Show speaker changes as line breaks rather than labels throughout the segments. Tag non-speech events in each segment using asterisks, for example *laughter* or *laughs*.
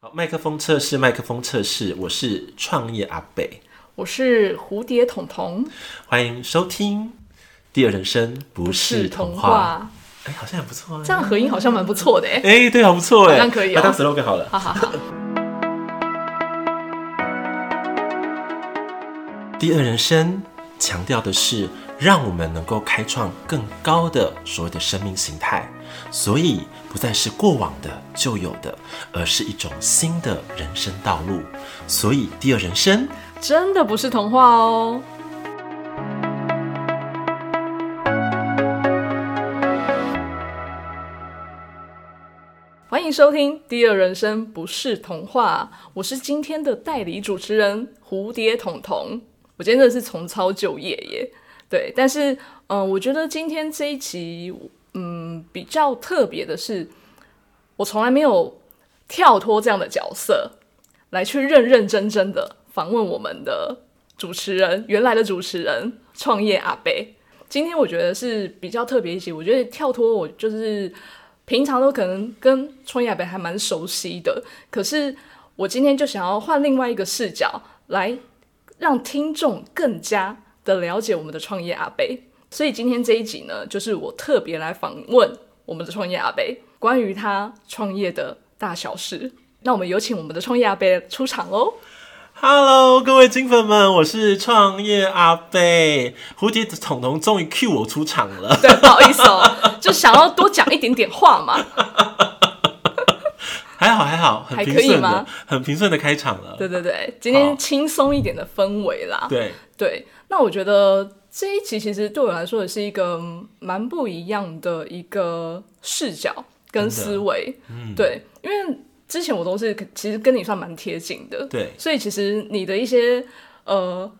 好，麦克风测试，麦克风测试，我是创业阿北，
我是蝴蝶彤彤，
欢迎收听《第二人生不是童话》。哎，好像也不错啊。
这样合音好像蛮不错的哎、
哎，对，好不错哎，
好像可以
把
哦
它当 slogan 好了。
哈哈哈，
第二人生强调的是，让我们能够开创更高的所谓的生命形态，所以不再是过往的旧有的，而是一种新的人生道路。所以，第二人生
真的不是童话哦。欢迎收听《第二人生不是童话》，我是今天的代理主持人蝴蝶彤彤。我今天真的是重操旧业耶，对，但是嗯、呃我觉得今天这一集嗯比较特别的是，我从来没有跳脱这样的角色，来去认认真真的访问我们的主持人，原来的主持人创业阿贝。今天我觉得是比较特别一集，我觉得跳脱我就是平常都可能跟创业阿贝还蛮熟悉的，可是我今天就想要换另外一个视角来让听众更加的了解我们的创业阿贝。所以今天这一集呢，就是我特别来访问我们的创业阿贝，关于他创业的大小事。那我们有请我们的创业阿贝出场哦喽。
Hello，各位金粉们，我是创业阿贝，蝴蝶彤彤终于 cue 我出场了。 *laughs*
对，不好意思哦，就想要多讲一点点话嘛。
还好还好，很
还
平
可以
顺的
吗，
很平顺的开场了。
对对对，今
好
天轻松一点的氛围啦。
对，
对，那我觉得这一集其实对我来说也是一个嗯蛮不一样的一个视角跟思维，嗯、对，因为之前我都是其实跟你算蛮贴近的， *laughs*
对
所以其实你的一些呃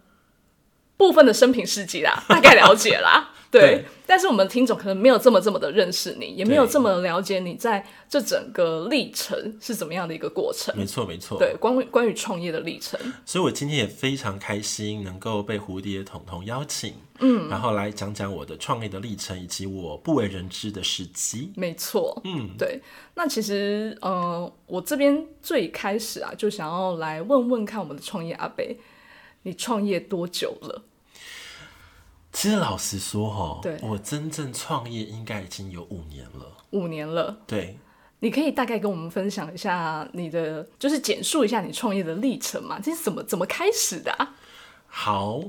部分的生平事迹啦，大概了解
*laughs*
啦。对，
对
但是我们听众可能没有这么这么的认识你，也没有
对
这么了解你在这整个历程是怎么样的一个过程。
没错没错。
对，关于关于创业的历程，
所以我今天也非常开心能够被蝴蝶彤彤邀请，嗯，然后来讲讲我的创业的历程以及我不为人知的事迹。
没错，
嗯，
对，那其实呃，我这边最开始啊，就想要来问问看我们的创业阿北，你创业多久了？
其实老实说哈
对，
我真正创业应该已经有五年了。
五年了，
对，
你可以大概跟我们分享一下你的，就是简述一下你创业的历程嘛？这是怎么怎么开始的、啊？
好，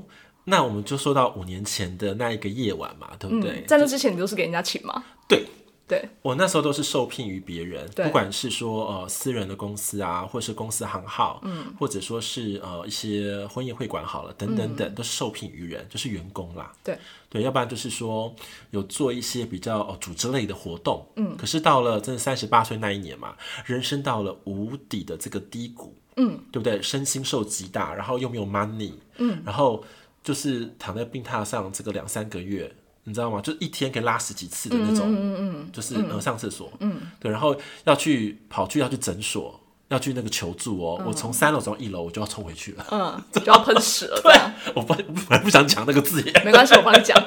那我们就说到五年前的那一个夜晚嘛，对不对？
嗯在那之前你都是给人家请吗？
对，
对，
*laughs* 我那时候都是受聘于别人，
对
不管是说呃私人的公司啊，或是公司行号，嗯，或者说是呃一些婚宴会馆好了，等等等，都是受聘于人，就是员工啦。
对，
对，要不然就是说有做一些比较哦组织类的活动，嗯，可是到了真的三十八岁那一年嘛，人生到了无底的这个低谷，嗯，对不对？身心受极大，然后又没有 money，嗯，然后就是躺在病榻上这个两三个月，你知道吗？就一天可以拉十几次的那种，嗯嗯就是呃上厕所，嗯，对，然后要去跑去要去诊所。要去那个求助哦，我从三楼走到一楼，我就要冲回去了。
嗯，就要喷屎了，这样
*laughs* 我不， *laughs* 我本来不想讲那个字眼，
没关系，我帮你讲。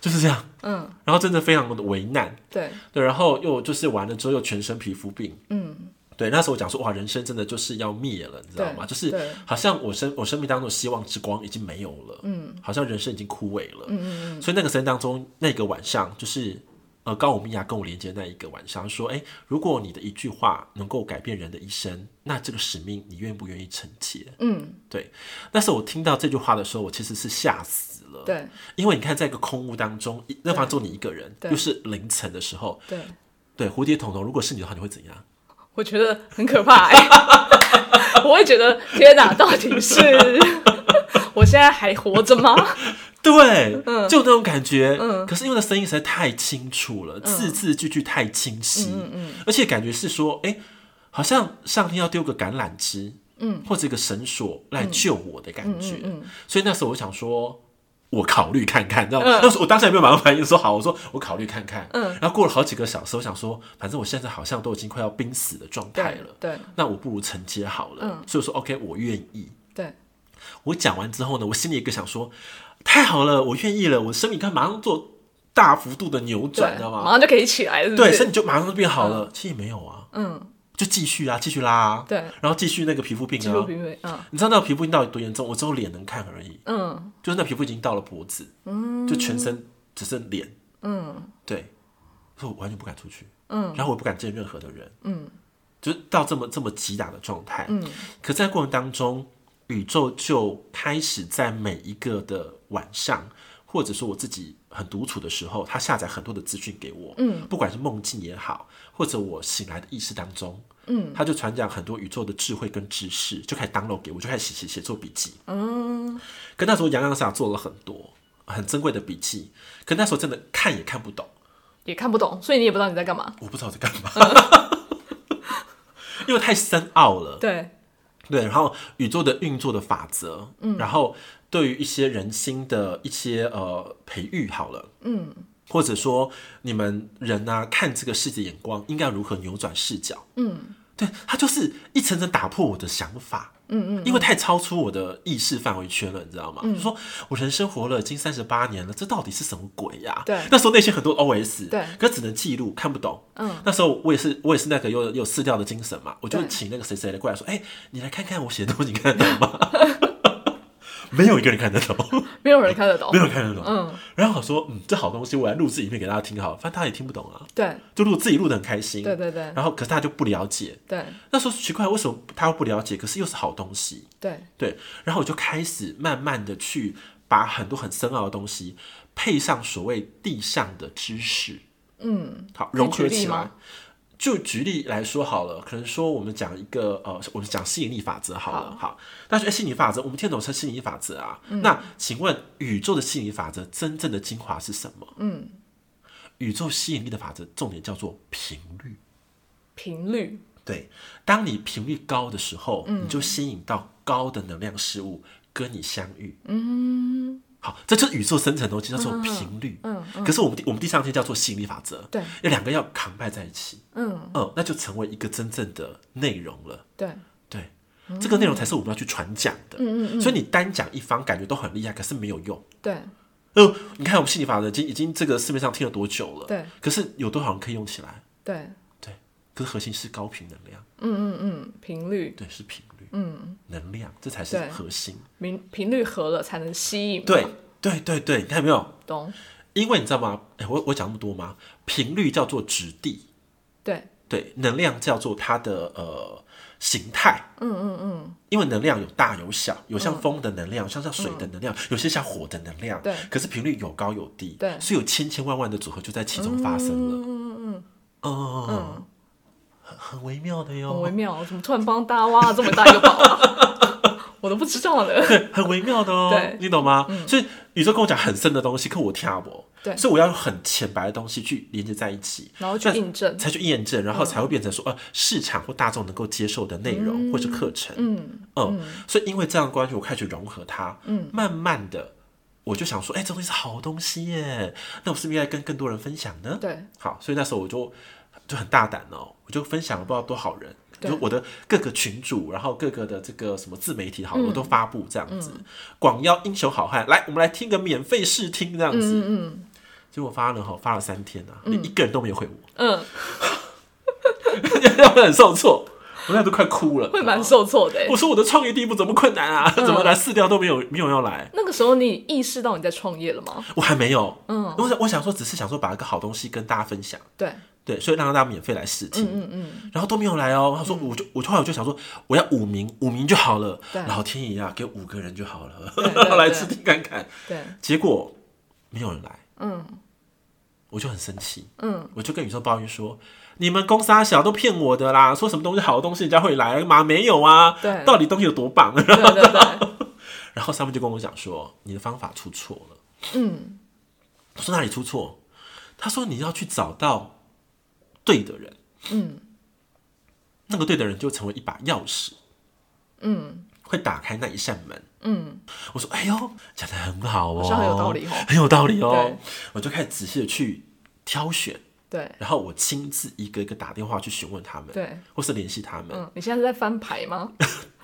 就是这样。
嗯，
然后真的非常的为难，
对，
对，然后又就是完了之后又全身皮肤病，嗯，对，那时候我讲说哇，人生真的就是要灭了，你知道吗？
对
就是
对
好像我生我生命当中的希望之光已经没有了，嗯，好像人生已经枯萎了，嗯嗯所以那个时间当中，那个晚上就是。呃，高武米娅跟我连接那一个晚上说：“哎、如果你的一句话能够改变人的一生，那这个使命你愿不愿意承接？”
嗯，
对。那时候我听到这句话的时候，我其实是吓死了。
对，
因为你看，在一个空屋当中，一那房只有你一个人，
对
又是凌晨的时候，
对，
对蝴蝶彤彤，如果是你的话，你会怎样？
我觉得很可怕、欸， *laughs* 我会觉得
*laughs*
天哪，到底是我现在还活着吗？
对，就那种感觉。可是因为那声音实在太清楚了，字字句句太清晰，而且感觉是说，哎、好像上天要丢个橄榄枝，嗯，或者一个绳索来救我的感
嗯
觉。所以那时候我想说。我考虑看看，你知道吗？那时候我当时也没有马上反应说好，我说我考虑看看。嗯，然后过了好几个小时，我想说，反正我现在好像都已经快要濒死的状态了，
对
那我不如承接好了。所以我说 OK，我愿意。
对
我讲完之后呢，我心里一个想说，太好了，我愿意了，我生命看马上做大幅度的扭
对
转，，知道
马
吗？
上就可以起来了，是不
对，
是
身体就马上就变好了。其实也没有啊，
嗯，
就继续啊，继续拉、啊，
对，
然后继续那个皮肤病
肌
啊
肉。疲惫，嗯
你知道那个皮肤病到底多严重？我只有脸能看而已，
嗯，
就是那皮肤已经到了脖子，嗯，就全身只剩脸，嗯，对，所以我完全不敢出去，嗯，然后我也不敢见任何的人，嗯，就是到这么这么极打的状态，嗯，可在过程当中，宇宙就开始在每一个的晚上，或者说我自己很独处的时候，它下载很多的资讯给我，嗯，不管是梦境也好，或者我醒来的意识当中。嗯，他就传讲很多宇宙的智慧跟知识，就开始 download 给我，就开始写写写作笔记。可那时候洋洋洒洒做了很多很珍贵的笔记，可那时候真的看也看不懂，
也看不懂，所以你也不知道你在干嘛。
我不知道我在干嘛， *laughs* 因为太深奥了。
对，
对，然后宇宙的运作的法则，嗯，然后对于一些人心的一些呃培育，好了，嗯，或者说你们人啊看这个世界眼光应该如何扭转视角，嗯，对，它就是一层层打破我的想法。嗯嗯，因为太超出我的意识范围圈了，你知道吗？就说我人生活了已经三十八年了，这到底是什么鬼呀、
对
那时候内心很多 OS，
对
可只能记录，看不懂。嗯，那时候我也是，我也是那个有有撕掉的精神嘛，我就
对
请那个谁谁来过来说，哎、你来看看我写的东西，你看得懂吗？ *laughs* 没有一个人看得懂，
没有人看得懂
没。有人看得懂。
嗯，
然后我说，嗯，这好东西，我来录制影片给大家听好了，反正大家也听不懂啊，
对
就录自己录的很开心。
对对对
然后，可是大家就不了解，
对
那时候奇怪为什么他不了解，可是又是好东西。
对，
对，然后我就开始慢慢的去把很多很深奥的东西配上所谓地上的知识，嗯，好
以
融
举
合
例
起来
吗。
就举例来说好了，可能说我们讲一个呃，我们讲吸引力法则好了，好，但是、欸、吸引力法则我们听得懂是吸引力法则啊，
嗯
那请问宇宙的吸引力法则真正的精华是什么？嗯，宇宙吸引力的法则重点叫做频率。
频率
对，当你频率高的时候，你就吸引到高的能量事物跟你相遇。嗯，好，这就是宇宙生成的东西，叫做频率。嗯，可是我们第我们第三天叫做吸引力法则。
对，
有两个要扛拜在一起。
嗯
嗯，那就成为一个真正的内容了。
对
对，这个内容才是我们要去传讲的。嗯嗯嗯所以你单讲一方感觉都很厉害，可是没有用。
对
呃，你看我们吸引力法则已经已经这个市面上听了多久了？
对，
可是有多少人可以用起来？
对，
对，可是核心是高频能量。
嗯，频率
对，是频率，嗯，能量，这才是
对
核心。
频频率合了才能吸引嘛。
对，对，对，对，你看有没有？
懂？
因为你知道吗？哎、我我讲那么多吗？频率叫做质地，
对
对，能量叫做它的呃形态。嗯嗯嗯。因为能量有大有小，有像风的能量，有像像水的能量，有些像火的能量。
对
可是频率有高有低，
对
所以有千千万万的组合就在其中发生了。嗯嗯嗯。哦、很很微妙的哟，
很微妙，怎么突然帮大家挖了这么大一个宝
*laughs*
啊我都不知道呢。
很微妙的哦
对，嗯
你懂吗？所以宇宙跟我讲很深的东西，可我听不。
对
所以我要用很浅白的东西去连接在一起，
然后去
但
印证嗯
才去验证，然后才会变成说，呃，市场或大众能够接受的内容或者课程。嗯所以因为这样的关系，我开始融合它，嗯，慢慢的。我就想说，哎、这东西是好东西耶，那我是不是应该跟更多人分享呢？
对，
好，所以那时候我就就很大胆哦，我就分享了不知道多少人，
对
就我的各个群主，然后各个的这个什么自媒体好了，我都发布这样子，广邀英雄好汉来，我们来听个免费试听这样子。嗯结果发了哈，发了三天啊，连一个人都没有回我，
嗯，
让我 *laughs* 很受挫，我那都快哭了，
会蛮受挫的欸。
我说我的创业第一步怎么困难啊？怎么来试掉都没有没有要来？
*laughs* 那个时候你意识到你在创业了吗？
我还没有，嗯，我想我想说，只是想说把一个好东西跟大家分享，
对，
对，所以让大家免费来试听，嗯嗯然后都没有来哦。他说，我就我后来我就想说，我要五名，五名就好了
嗯对，
老天爷啊，给五个人就好了 *laughs*
对对，对
来试听看看。
对，
结果没有人来，嗯，我就很生气，嗯，我就跟宇宙抱怨说，你们公司啊小都骗我的啦，说什么东西好东西人家会来，嘛没有啊，
对
到底东西有多棒？ *laughs*
对对 *laughs* 对，
然后上面就跟我讲说，你的方法出错了。嗯，我说哪里出错？他说你要去找到对的人。嗯，那个对的人就成为一把钥匙。嗯，会打开那一扇门。嗯，我说哎呦，讲的很好哦，
好像很有道理哦
很有道理哦
对。
我就开始仔细的去挑选，
对
然后我亲自一个一个打电话去询问他们，
对，
或是联系他们。
嗯，你现在是在翻牌吗？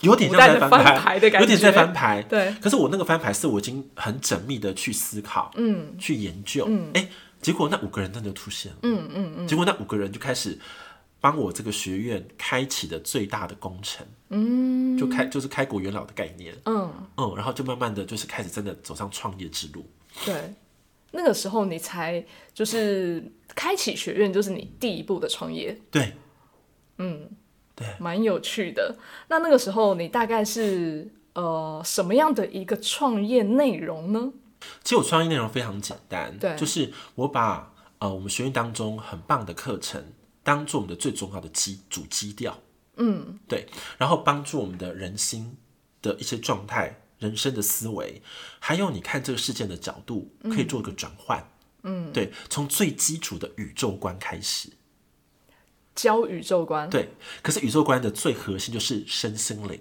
有点像在
古代的翻牌
牌
的感觉
有点在翻牌。
对
可是我那个翻牌是我已经很缜密的去思考，嗯，去研究，嗯，哎，结果那五个人真的就出现了，嗯嗯嗯，结果那五个人就开始帮我这个学院开启的最大的工程，
嗯
就开就是开国元老的概念，
嗯，
嗯，然后就慢慢的就是开始真的走上创业之路。
对，那个时候你才就是开启学院，就是你第一步的创业，
对，
蛮有趣的。那那个时候你大概是呃什么样的一个创业内容呢？
其实我创业内容非常简单，
对
就是我把呃我们学院当中很棒的课程当做我们的最重要的基主基调，嗯，对，然后帮助我们的人心的一些状态、人生的思维，还有你看这个事件的角度，可以做一个转换，嗯，对，从最基础的宇宙观开始，
教宇宙观，
对，可是宇宙观的最核心就是身心灵，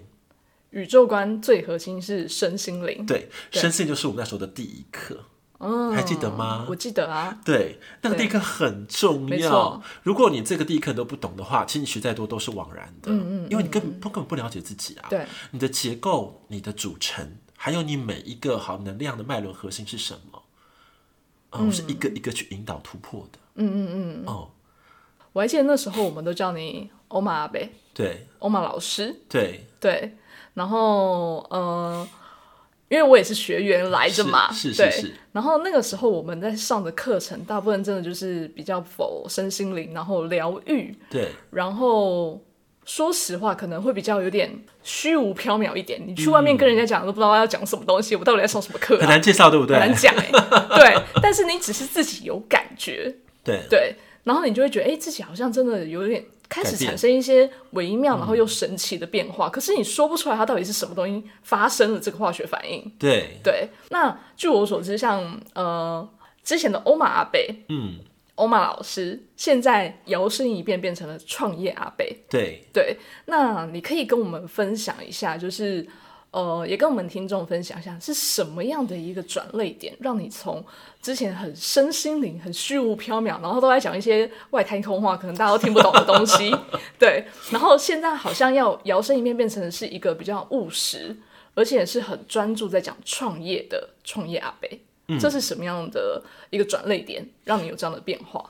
宇宙观最核心是身心灵。
对，身心灵就是我们那时候的第一课，嗯，还记得吗？
我记得啊，
对，那个
对
地课很重
没
要
错。
如果你这个地课都不懂的话，其实你学再多都是枉然
嗯
的，因为你根本不根本不了解自己啊。
对，
你的结构、你的组成，还有你每一个好能量的脉轮核心是什么，嗯，是一个一个去引导突破的。嗯嗯嗯。哦，
我还记得那时候我们都叫你欧玛阿贝，
对
欧玛老师，
对，
对。然后呃，因为我也是学员来着嘛，
是是
对
是是
然后那个时候我们在上的课程，大部分真的就是比较否身心灵，然后疗愈，
对
然后说实话可能会比较有点虚无缥缈一点。你去外面跟人家讲都不知道要讲什么东西，我到底在上什么课、
很
啊，
难介绍，对不
很难
对？
讲哎、对，但是你只是自己有感觉，
对
对，然后你就会觉得，哎、自己好像真的有点开
改
始
变嗯
产生一些微妙，然后又神奇的变化。可是你说不出来它到底是什么东西发生了这个化学反应。
对，
对，那据我所知，像呃之前的欧玛阿贝、
嗯，
欧玛老师，现在摇身一变变成了创业阿贝。
对，
对，那你可以跟我们分享一下，就是呃，也跟我们听众分享一下，是什么样的一个转类点，让你从之前很身心灵、很虚无缥缈，然后都在讲一些外太空话，可能大家都听不懂的东西，对，然后现在好像要摇身一变，变成是一个比较务实，而且是很专注在讲创业的创业阿北。这是什么样的一个转类点，让你有这样的变化？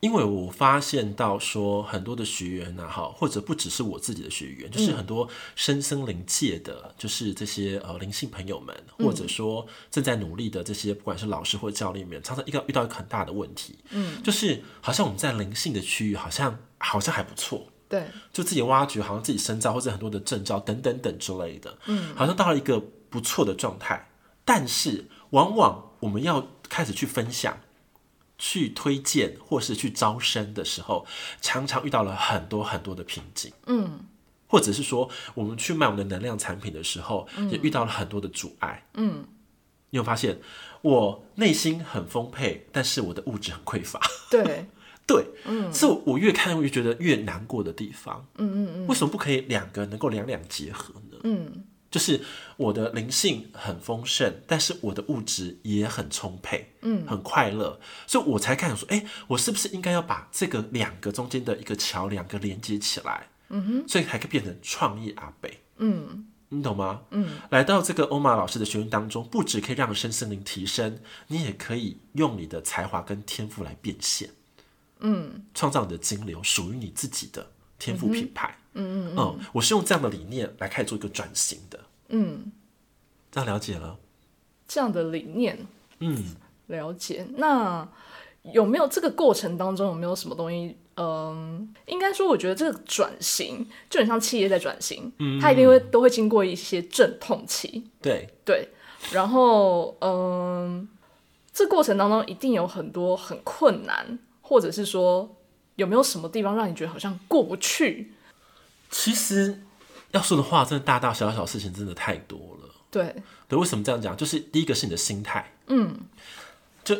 因为我发现到说很多的学员呐、哈，或者不只是我自己的学员，就是很多身心灵界的，就是这些呃灵性朋友们，或者说正在努力的这些，不管是老师或教练们，常常一个遇到一个很大的问题，嗯，就是好像我们在灵性的区域，好像好像还不错，
对，
就自己挖掘，好像自己深造或者很多的证照等等等之类的，嗯，好像到了一个不错的状态，但是往往我们要开始去分享、去推荐或是去招生的时候，常常遇到了很多很多的瓶颈，嗯，或者是说我们去卖我们的能量产品的时候，也遇到了很多的阻碍，嗯，你有发现我内心很丰沛，但是我的物质很匮乏。
对，
对，嗯，是我越看我越觉得越难过的地方。嗯嗯嗯，为什么不可以两个能够两两结合呢？嗯，就是我的灵性很丰盛，但是我的物质也很充沛，嗯，很快乐，所以我才开始说，哎、我是不是应该要把这个两个中间的一个桥梁给连接起来？嗯哼，所以才可以变成创业阿北。你懂吗？嗯，来到这个欧玛老师的学院当中，不只可以让身心灵提升，你也可以用你的才华跟天赋来变现。嗯，创造你的金流，属于你自己的天赋品牌。嗯嗯我是用这样的理念来开始做一个转型的。嗯，这样了解了。
这样的理念，
嗯，
了解。那有没有这个过程当中有没有什么东西？嗯，应该说，我觉得这个转型就很像企业在转型，它一定会都会经过一些阵痛期，
对
对。然后，嗯，这过程当中一定有很多很困难，或者是说有没有什么地方让你觉得好像过不去？
其实要说的话，真的大大小小事情真的太多了。
对，
对，为什么这样讲？就是第一个是你的心态，嗯，就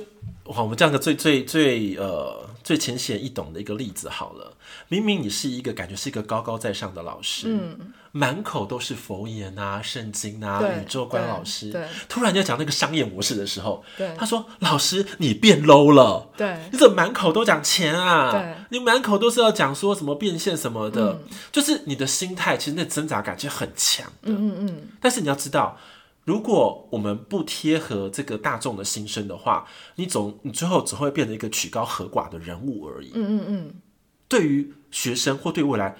哇，我们这样一个最最最呃最浅显易懂的一个例子好了。明明你是一个感觉是一个高高在上的老师，嗯，满口都是佛言啊、圣经啊、
对
宇宙观
对
老师
对，
突然就讲那个商业模式的时候
对，
他说：“老师，你变 low 了。”
对，
你怎么满口都讲钱
对
啊？你满口都是要讲说什么变现什么的，就是你的心态其实那挣扎感其实很强的。嗯嗯。但是你要知道，如果我们不贴合这个大众的心声的话，你总你最后只会变成一个曲高和寡的人物而已。嗯嗯嗯。对于学生或对未来，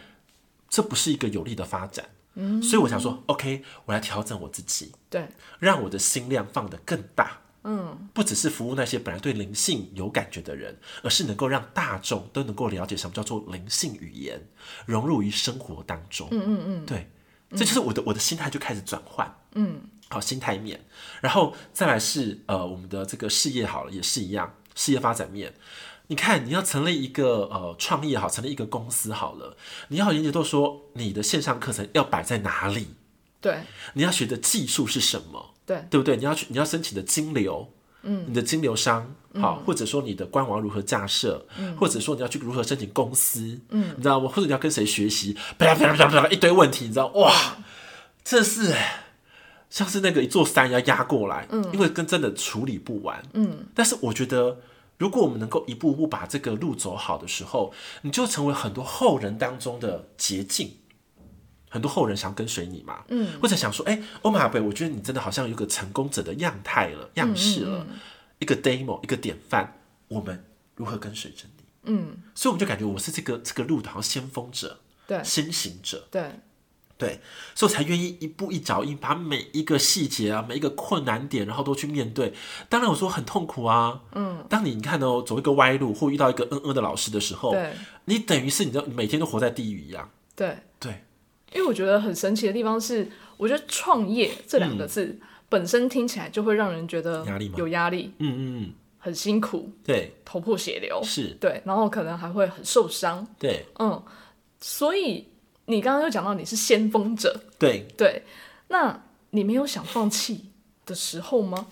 这不是一个有利的发展。嗯，所以我想说，OK，我来调整我自己，
对，
让我的心量放得更大。嗯，不只是服务那些本来对灵性有感觉的人，而是能够让大众都能够了解什么叫做灵性语言，融入于生活当中。嗯嗯嗯，对，这就是我的我的心态就开始转换。嗯，好，心态面，然后再来是呃我们的这个事业好了，也是一样，事业发展面。你看，你要成立一个呃创业好，成立一个公司好了，你要研究到说你的线上课程要摆在哪里，
对
你要学的技术是什么，
对
对不对？你要去，你要申请的金流，嗯，你的金流商，好，或者说你的官网如何架设，或者说你要去如何申请公司，嗯，你知道吗？或者你要跟谁学习，啪啦啪啦啪啦啪啦一堆问题，你知道哇，这是像是那个一座山要压过来，嗯，因为跟真的处理不完，嗯，但是我觉得。如果我们能够一步步把这个路走好的时候，你就成为很多后人当中的捷径。很多后人想跟随你嘛，嗯，或者想说，哎、欧马贝，我觉得你真的好像有个成功者的样态了、样式了，一个 demo，一个典范，我们如何跟随着你？嗯，所以我们就感觉我是这个这个路的好像先锋者、
对
先行者，
对，
对，所以我才愿意一步一脚印，把每一个细节啊，每一个困难点，然后都去面对。当然，我说很痛苦啊，嗯，当你你看哦，走一个歪路，或遇到一个嗯嗯的老师的时候
对，
你等于是你知道，你每天都活在地狱一样，
对，
对，
因为我觉得很神奇的地方是，我觉得“创业”这两个字、本身听起来就会让人觉得
嗯压力吗
有压力，
嗯嗯嗯，
很辛苦，
对，
头破血流，
是，
对，然后可能还会很受伤，
对
嗯，所以你刚刚又讲到你是先锋者，
对，
对，那你没有想放弃的时候吗？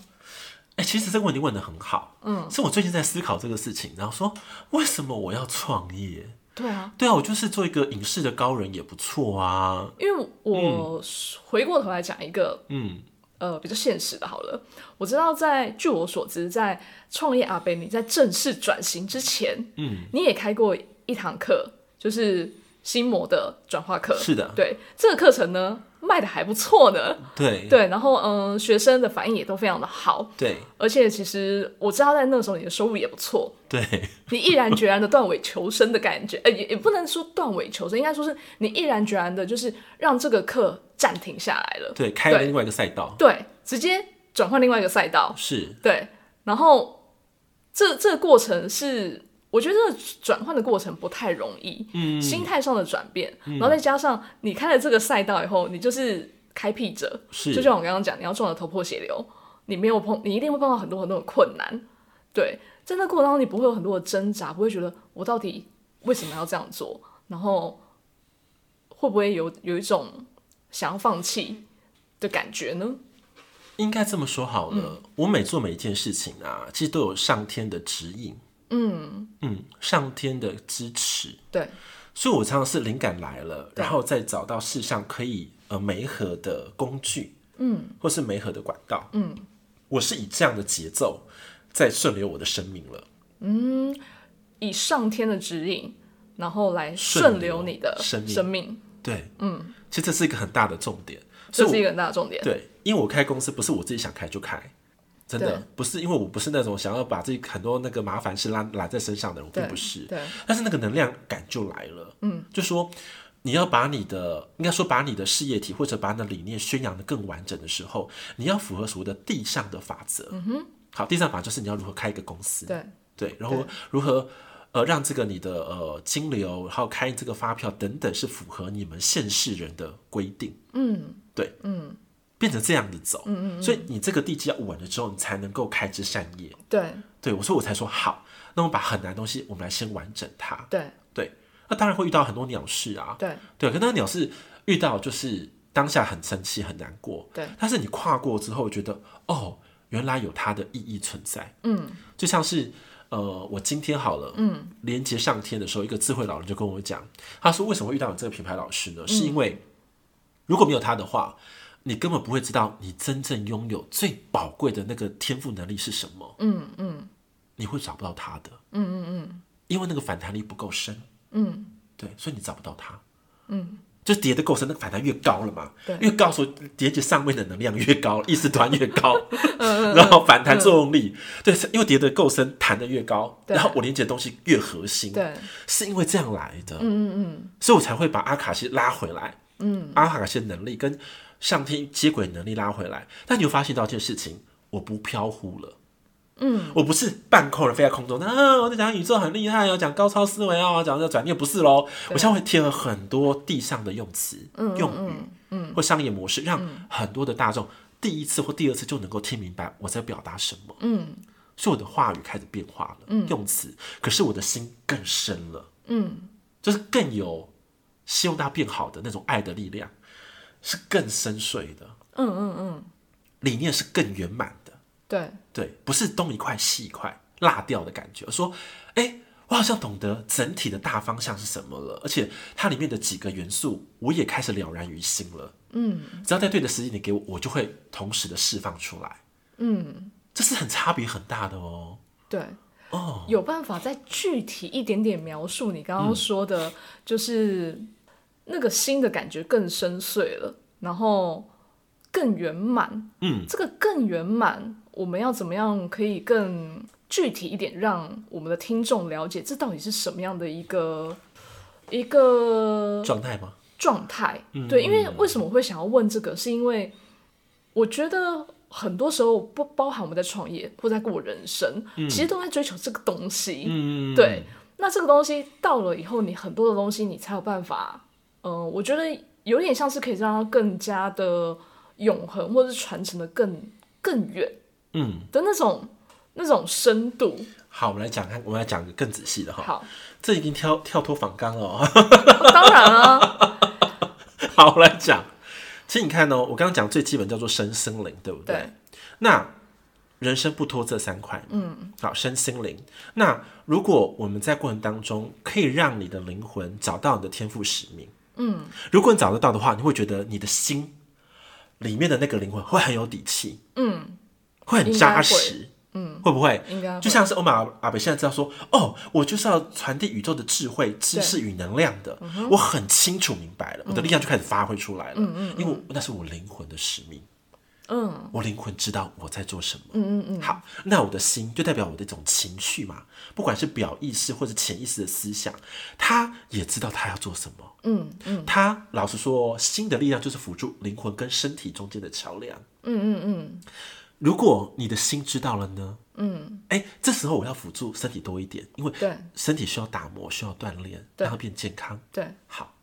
哎、其实这个问题问的很好，嗯，是我最近在思考这个事情，然后说为什么我要创业？
对啊，
对啊，我就是做一个影视的高人也不错啊，
因为我回过头来讲一个
嗯，
呃比较现实的，好了，我知道在据我所知，在创业阿贝你在正式转型之前，
嗯，
你也开过一堂课，就是心魔的转化课，
是的
对这个课程呢卖的还不错呢，
对
对，然后嗯、呃学生的反应也都非常的好，
对
而且其实我知道在那时候你的收入也不错，
对，
你毅然决然的断尾求生的感觉，呃，也也不能说断尾求生，应该说是你毅然决然的，就是让这个课暂停下来了，
对，开了
对
另外一个赛道，
对，直接转换另外一个赛道，
是，
对，然后这这个过程是，我觉得这个转换的过程不太容易，嗯，心态上的转变，然后再加上你开了这个赛道以后，你就是开辟者，
是
就像我刚刚讲，你要撞得头破血流，你没有碰，你一定会碰到很多很多的困难，对，在那过程当中你不会有很多的挣扎，不会觉得我到底为什么要这样做，然后会不会有有一种想要放弃的感觉呢？
应该这么说好了，我每做每一件事情啊，其实都有上天的指引，嗯嗯，上天的支持，
对，
所以我常常是灵感来了，
对
然后再找到世上可以呃媒合的工具，嗯，或是媒合的管道，嗯，我是以这样的节奏在顺流我的生命了，
以上天的指引，然后来
顺
顺
流
流你的
生命对，
嗯，
其实这是一个很大的重点，所
这
以
是
我
一个很大的重点。
对，因为我开公司不是我自己想开就开，真的
对
不是，因为我不是那种想要把自己很多那个麻烦事揽揽在身上的人，我并
对，
不是。
对，
但是那个能量感就来了，嗯，就说你要把你的，应该说把你的事业体或者把你的理念宣扬的更完整的时候，你要符合所谓的地上的法则。嗯哼，好，地上法就是你要如何开一个公司，
对，
对，然后如何呃让这个你的呃金流，还有开这个发票等等是符合你们县市人的规定，嗯，对，嗯，变成这样子走，嗯嗯所以你这个地基要稳了之后，你才能够开枝散叶。
对，
对我说，我才说好，那我们把很难的东西，我们来先完整它，
对，
对，那当然会遇到很多鸟事啊，
对，
对，可那个鸟事遇到就是当下很生气很难过，
对，
但是你跨过之后，觉得哦，原来有它的意义存在，
嗯，
就像是呃，我今天好了，嗯，连接上天的时候，一个智慧老人就跟我讲，他说为什么会遇到你这个品牌老师呢？是因为如果没有他的话。你根本不会知道你真正拥有最宝贵的那个天赋能力是什么，嗯嗯，你会找不到他的，嗯嗯嗯，因为那个反弹力不够深，对，所以你找不到他。嗯，就是叠的过程，那个反弹越高了嘛
对，
越高所以叠起上面的能量越 *laughs* 高，意识团越高，然后反弹作用力，对，是因为叠的够深，弹的越高，
对
然后我连接的东西越核心，
对，
是因为这样来的，嗯嗯嗯，所以我才会把阿卡西拉回来，嗯，阿卡西的能力跟上天接轨能力拉回来，但你有发现到一件事情，我不飘忽了。嗯，我不是半空的飞在空中，啊，我在讲宇宙很厉害哦，讲高超思维哦，讲这转念不是喽，我现在会贴合很多地上的用词、用语，嗯，或商业模式，让很多的大众第一次或第二次就能够听明白我在表达什么，嗯，所以我的话语开始变化了，嗯，用词，可是我的心更深了，嗯，就是更有希望大家变好的那种爱的力量，是更深邃的，嗯嗯嗯，理念是更圆满的，
对，
对，不是东一块西一块辣掉的感觉，而说，哎，我好像懂得整体的大方向是什么了，而且它里面的几个元素，我也开始了然于心了。嗯，只要在对的时间点给我，我就会同时的释放出来。嗯，这是很差别很大的哦。
对，哦，有办法再具体一点点描述你刚刚说的，就是那个心的感觉更深邃了，然后更圆满。
嗯，
这个更圆满，我们要怎么样可以更具体一点，让我们的听众了解这到底是什么样的一个一个
状态吗？
状态。
嗯
对，因为为什么我会想要问这个，是因为我觉得很多时候不包含我们在创业或在过人生，其实都在追求这个东西。
嗯，
对，那这个东西到了以后，你很多的东西你才有办法，嗯、我觉得有点像是可以让它更加的永恒，或者是传承的更更远
嗯，
的那种那种深度。
好，我们来讲看，我们来讲个更仔细的哈。
好，
这已经跳跳脱反纲了哦。 *laughs*
当然啊，
好我来讲，其实你看哦，我刚刚讲最基本叫做身心灵，对不对？
对
那人生不脱这三块，嗯，好，身心灵。那如果我们在过程当中可以让你的灵魂找到你的天赋使命，嗯，如果你找得到的话，你会觉得你的心里面的那个灵魂会很有底气，嗯，会很扎实，嗯，会不会？
应该
就像是欧玛阿北现在知道说，哦，我就是要传递宇宙的智慧、知识与能量的，我很清楚明白了，我的力量就开始发挥出来了，嗯嗯，因为我那是我灵魂的使命，
嗯，
我灵魂知道我在做什么，嗯嗯嗯，好，那我的心就代表我的一种情绪嘛，不管是表意识或者潜意识的思想，他也知道他要做什么，
嗯
嗯，他老实说，心的力量就是辅助灵魂跟身体中间的桥梁，
嗯嗯嗯，
如果你的心知道了呢，嗯，哎，这时候我要辅助身体多一点，因为
对
身体需要打磨，需要锻炼，
对
让它变健康。
对
好，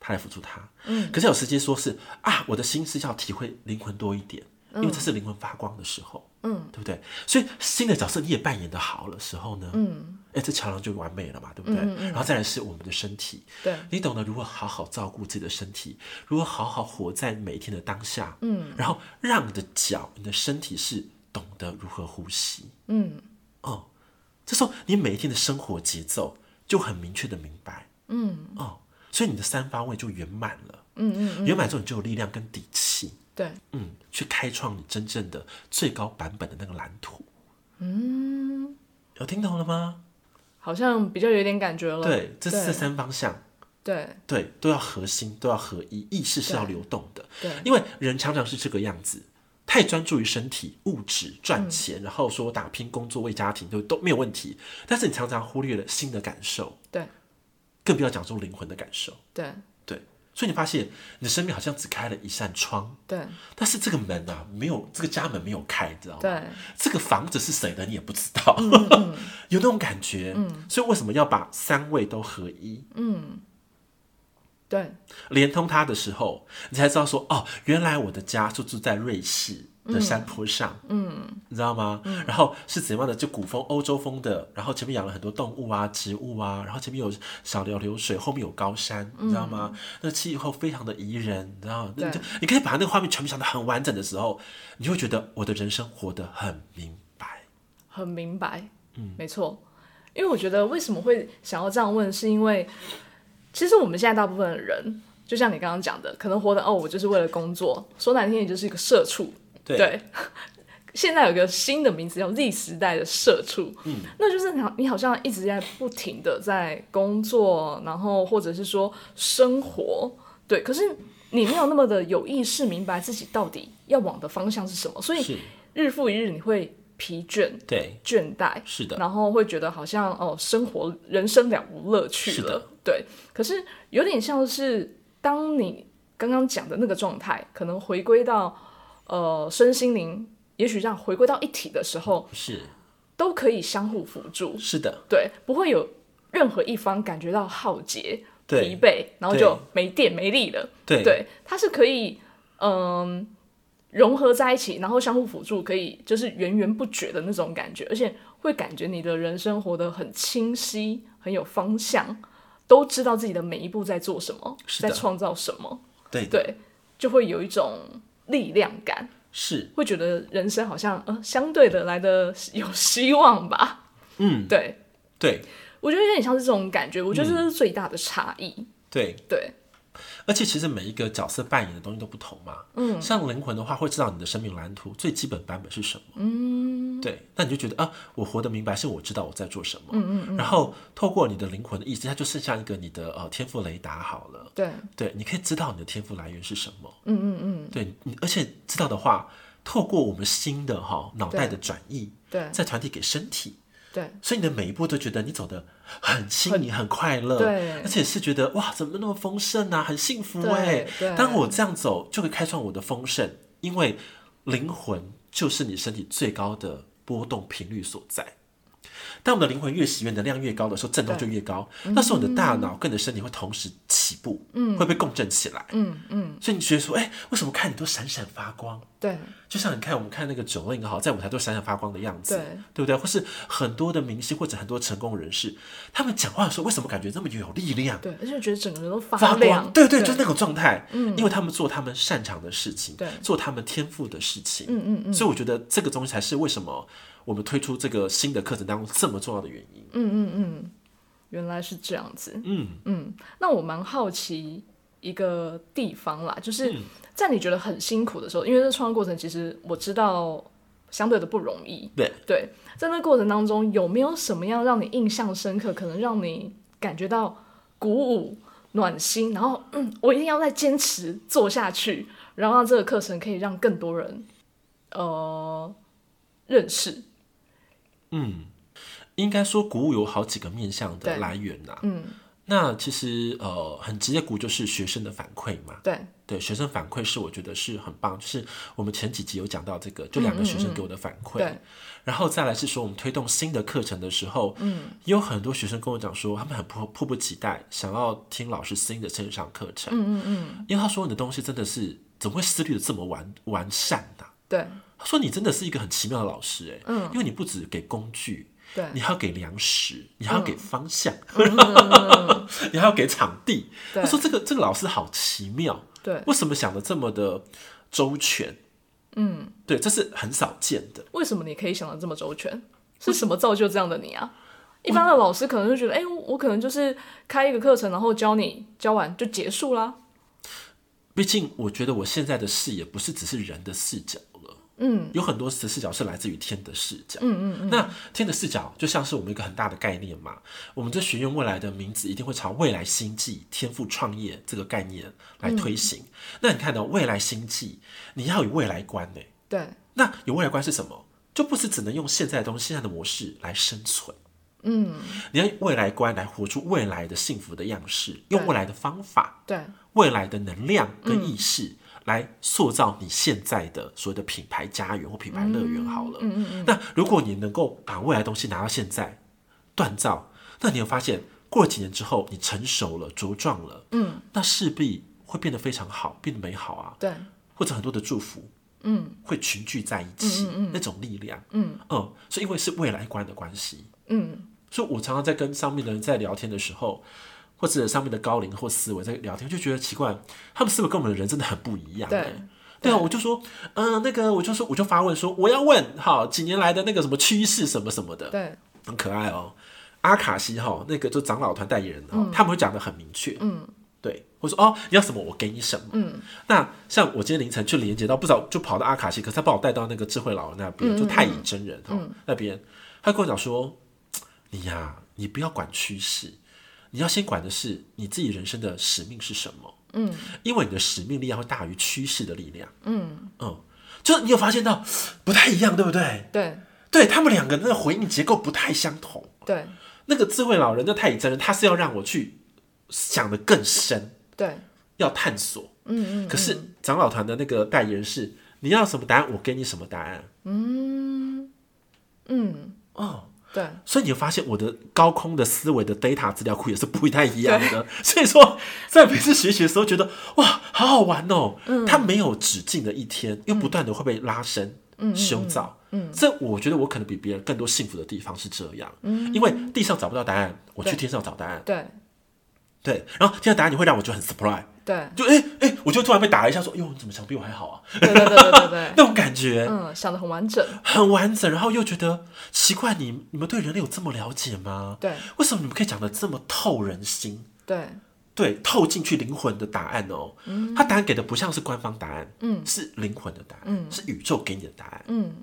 他来辅助他。嗯，可是有时间说是啊，我的心是要体会灵魂多一点，因为这是灵魂发光的时候，嗯，对不对？所以新的角色你也扮演的好了时候呢，嗯，哎，这桥梁就完美了嘛，对不对？然后再来是我们的身体，
对
你懂得如何好好照顾自己的身体，如何好好活在每一天的当下，嗯，然后让你的脚、你的身体是懂得如何呼吸，嗯，哦，这时候你每一天的生活节奏就很明确的明白，嗯，哦，所以你的三方位就圆满了，嗯嗯，圆满之后你就有力量跟底气，
对，
嗯，去开创你真正的最高版本的那个蓝图，嗯，有听懂了吗？
好像比较有点感觉了。
对，这是这
对
三方向。
对
对，都要核心，都要合一，意识是要流动的。
对
因为人常常是这个样子，太专注于身体、物质、赚钱，然后说打拼、工作、为家庭，都都没有问题。但是你常常忽略了心的感受，
对
更不要讲说灵魂的感受。
对
对，所以你发现你的生命好像只开了一扇窗，
对
但是这个门啊，没有这个家门没有开，你知道吗？
对，
这个房子是谁的你也不知道， *laughs* 有那种感觉。所以为什么要把三位都合一？
对
连通它的时候，你才知道说哦，原来我的家就住在瑞士的山坡上，嗯，你知道吗？然后是怎样的？就古风、欧洲风的，然后前面养了很多动物啊、植物啊，然后前面有小流流水，后面有高山，你知道吗？那气候非常的宜人，你知道吗？
对
你就你可以把那个画面全部想得很完整的时候，你会觉得我的人生活得很明白。
很明白，嗯，没错。因为我觉得为什么会想要这样问，是因为其实我们现在大部分的人，就像你刚刚讲的，可能活的哦，我就是为了工作，说难听点就是一个社畜。
对
*laughs* 现在有个新的名词叫 Z 时代的社畜，嗯，那就是你好，你好像一直在不停的在工作，然后或者是说生活，对，可是你没有那么的有意识明白自己到底要往的方向是什么，所以
是，
日复一日你会疲倦、
对，
倦怠，
是的，
然后会觉得好像哦，生活人生了无乐趣
是的
了。对，可是有点像是当你刚刚讲的那个状态，可能回归到呃身心灵，也许让回归到一体的时候，
是
都可以相互辅助，
是的，
对，不会有任何一方感觉到耗竭、疲
对
惫，然后
对
就没电没力了。
对
对，它是可以嗯融合在一起，然后相互辅助，可以就是源源不绝的那种感觉，而且会感觉你的人生活得很清晰，很有方向，都知道自己的每一步在做什么，
*laughs* 是
在
的
创造什么，
对
对，就会有一种力量感，
是，
会觉得人生好像呃相对的来的有希望吧，
嗯，
对。
对
我觉得有点像是这种感觉，我觉得这是最大的差异。
对，
对，
而且其实每一个角色扮演的东西都不同嘛。嗯，像灵魂的话，会知道你的生命蓝图最基本版本是什么。嗯，对，那你就觉得啊，我活得明白，是我知道我在做什么。嗯嗯然后透过你的灵魂的意识，它就剩下一个你的呃天赋雷达好了。
对，
对，你可以知道你的天赋来源是什么。嗯嗯嗯。对，你而且知道的话，透过我们新的哈、脑袋的转移，
对，
再传递给身体。
对，
所以你的每一步都觉得你走的很轻盈、很快乐，
对
而且是觉得哇，怎么那么丰盛啊，很幸福
对
哎、
对
当我这样走，就会开创我的丰盛，因为灵魂就是你身体最高的波动频率所在。当我们的灵魂越喜悦，能量越高的时候，震动就越高。那时候你的大
嗯
脑跟你的身体会同时起步，嗯，会被共振起来，
嗯嗯，
所以你觉得说，哎、为什么看你都闪闪发光？
对，
就像你看我们看那个九令哈，在舞台都闪闪发光的样子，
对
不对？或是很多的明星或者很多成功人士，他们讲话的时候为什么感觉那么有力量？
对，而且觉得整个人都发
发
亮，
光，对对，
对，
就是那种状态，嗯，因为他们做他们擅长的事情，
对
做他们天赋的事情，嗯嗯嗯，所以我觉得这个东西才是为什么我们推出这个新的课程当中这么重要的原因。
嗯原来是这样子。
嗯
嗯，那我蛮好奇一个地方啦，
嗯
就是在你觉得很辛苦的时候，因为这创作过程其实我知道相对的不容易，
对
对，在那过程当中有没有什么样让你印象深刻，可能让你感觉到鼓舞、暖心，然后嗯，我一定要再坚持做下去，然后让这个课程可以让更多人呃认识，
应该说鼓舞有好几个面向
对
的来源呐、
嗯，
那其实呃，很直接鼓舞就是学生的反馈嘛，
对
对学生反馈是我觉得是很棒，就是我们前几集有讲到这个，就两个学生给我的反馈，
对
然后再来是说我们推动新的课程的时候，嗯，也有很多学生跟我讲说他们很迫迫不及待想要听老师新的线上课程，嗯嗯嗯，因为他说你的东西真的是怎么会思虑的这么完完善呢、
对
他说你真的是一个很奇妙的老师、哎，嗯，因为你不只给工具，
对
你还要给粮食，你还要给方向，嗯 *laughs* 你还要给场地。
对
他说这个这个老师好奇妙，
对，
为什么想的这么的周全？嗯，对，这是很少见的。
为什么你可以想的这么周全？是什么造就这样的你啊？一般的老师可能就觉得，哎、我可能就是开一个课程，然后教你，教完就结束啦。
毕竟我觉得我现在的视野不是只是人的视角了。嗯，有很多的视角是来自于天的视角。嗯嗯嗯。那天的视角就像是我们一个很大的概念嘛，我们这学院未来的名字一定会朝未来星际、天赋创业这个概念来推行。那你看到、未来星际，你要有未来观欸呢、
对，
那有未来观是什么？就不是只能用现在的东西、现在的模式来生存。嗯，你要用未来观来活出未来的幸福的样式，用未来的方法，
对，
未来的能量跟意识。来塑造你现在的所谓的品牌家园或品牌乐园好了。那如果你能够把未来的东西拿到现在锻造，那你会发现过了几年之后，你成熟了、茁壮了，嗯，那势必会变得非常好，变得美好啊。
对，
或者很多的祝福，嗯，会群聚在一起，那种力量，嗯嗯，所以因为是未来观的关系，
嗯，
所以我常常在跟上面的人在聊天的时候，或者上面的高龄或思维在聊天，就觉得奇怪，他们思维跟我们的人真的很不一样、
对
欸。对啊，我就说，嗯、那个，我就说，我就发问说，我要问，好，几年来的那个什么趋势什么什么的，
对，
很可爱哦。阿卡西哈，那个就长老团代言人哈，他们会讲的很明确，嗯，对，我说哦，你要什么我给你什么，嗯，那像我今天凌晨去连接到，不少就跑到阿卡西，可是他把我带到那个智慧老人那边，就太乙真人哈、那边，他跟我讲说，你呀、你不要管趋势，你要先管的是你自己人生的使命是什么，嗯，因为你的使命力量会大于趋势的力量。嗯嗯，就是你有发现到不太一样，对不对？
对
对他们两个那个回应结构不太相同。
对
那个智慧老人的太乙真人，他是要让我去想的更深，
对，
要探索。
嗯嗯，
可是长老团的那个代言人是，你要什么答案，我给你什么答案。
对
所以你会发现，我的高空的思维的 data 资料库也是不太一样的。 *laughs* 所以说，在每次学习的时候，觉得哇，好好玩哦。它没有止境的一天，又不断的会被拉伸、修造。嗯，这我觉得我可能比别人更多幸福的地方是这样。嗯，因为地上找不到答案，我去
对
天上找答案。
对
对，然后天上答案你会让我觉得很 surprise，
对
就哎哎、我就突然被打了一下，说哟，你怎么想比我还好啊？ *laughs*
对对对对对对，
那种感觉。
嗯，想的很完整，
很完整，然后又觉得奇怪，你你们对人类有这么了解吗？
对
为什么你们可以讲的这么透人心？
对
对，透进去灵魂的答案哦，他答案给的不像是官方答案，嗯，是灵魂的答案，嗯，是宇宙给你的答案，嗯，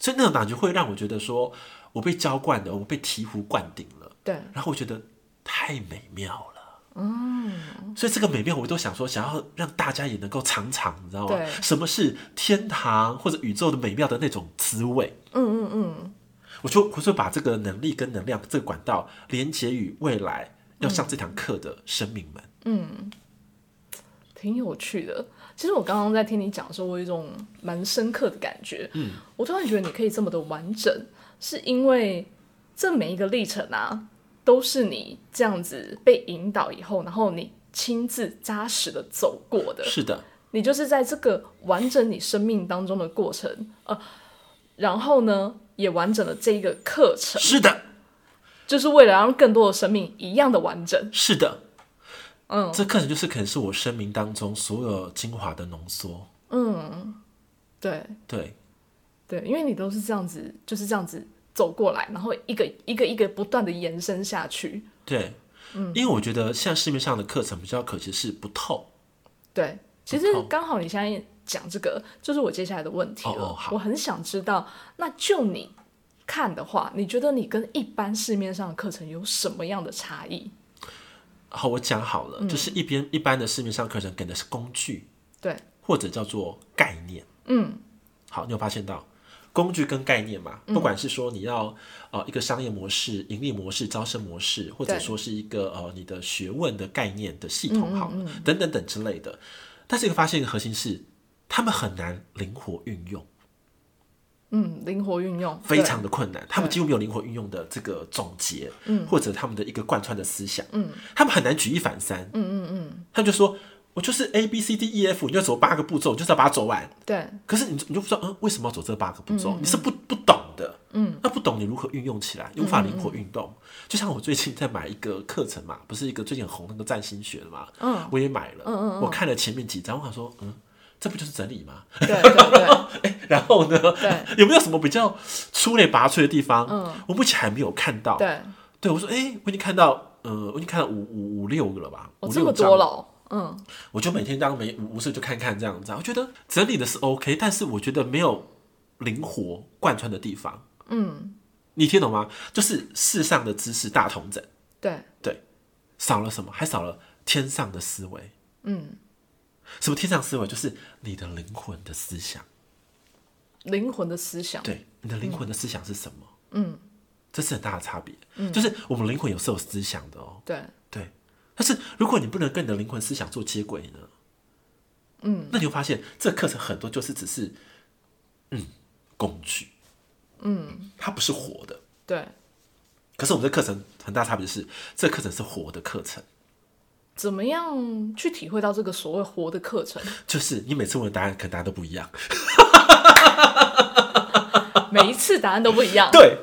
所以那种感觉会让我觉得说，我被浇灌了，我被醍醐灌顶了，
对
然后我觉得太美妙了，嗯，所以这个美妙我都想说，想要让大家也能够尝尝，你知道吗
对？
什么是天堂或者宇宙的美妙的那种滋味？嗯嗯嗯，我就我就把这个能力跟能量这个管道连接于未来要上这堂课的生命们。
挺有趣的。其实我刚刚在听你讲的时候，我有一种蛮深刻的感觉。嗯，我突然觉得你可以这么的完整，是因为这每一个历程啊，都是你这样子被引导以后，然后你亲自扎实的走过的。
是的，
你就是在这个完整你生命当中的过程，呃，然后呢，也完整了这一个课程，
是的，
就是为了让更多的生命一样的完整。
是的。
嗯，
这课程就是可能是我生命当中所有精华的浓缩。
对
对，
对，因为你都是这样子，就是这样子走过来，然后一个一个一个不断的延伸下去。
对，因为我觉得现在市面上的课程比较可惜是不透。
对，其实
痛
刚好你现在讲这个，就是我接下来的问题了。
哦哦好
我很想知道，那就你看的话，你觉得你跟一般市面上的课程有什么样的差异？
好，我讲好了，就是一边一般的市面上课程给的是工具，
对，
或者叫做概念。嗯，好，你有发现到工具跟概念嘛？不管是说你要呃一个商业模式、盈利模式、招生模式，或者
对
说是一个呃你的学问的概念的系统，好了，等等等之类的。但是你会发现一个核心是，他们很难灵活运用，
嗯，灵活运用，
非
对
常的困难，他们几乎没有灵活运用的这个总结，嗯，或者他们的一个贯穿的思想，嗯，他们很难举一反三，嗯嗯嗯，他们就说我就是 A B C D E F，你就走八个步骤，你就是要把它走完，
对
可是你就你就不知道，嗯，为什么要走这八个步骤？你是不不懂的，嗯，那不懂你如何运用起来，你无法灵活运动。就像我最近在买一个课程嘛，不是一个最近很红那个占星学的嘛，嗯，我也买了，嗯嗯，我看了前面几章，我想说，嗯，这不就是整理吗？
对对对，
然后呢，
对
*laughs* 有没有什么比较出类拔萃的地方？嗯，我目前还没有看到。，
对，
我说，哎、我已经看到，呃，我已经看到五五五六个了吧？
我
五
这
六
么
章
多了哦，嗯，
我就每天当没无事就看看这样子啊。我觉得整理的是 OK，但是我觉得没有灵活贯穿的地方。嗯，你听懂吗？就是世上的知识大同整，
对
对，少了什么？还少了天上的思维。嗯，什么天上思维？就是你的灵魂的思想。
灵魂的思想，
对，你的灵魂的思想是什么？嗯，这是很大的差别。就是我们灵魂有是有思想的哦。
对
对，但是如果你不能跟你的灵魂思想做接轨呢？嗯，那你会发现这课程很多就是只是，嗯，嗯工具，嗯，它不是活的。
对，
可是我们这课程很大差别是，这课程是活的课程，
怎么样去体会到这个所谓活的课程？
就是你每次问的答案可能答案都不一样。
每一次答案都不一样，
对，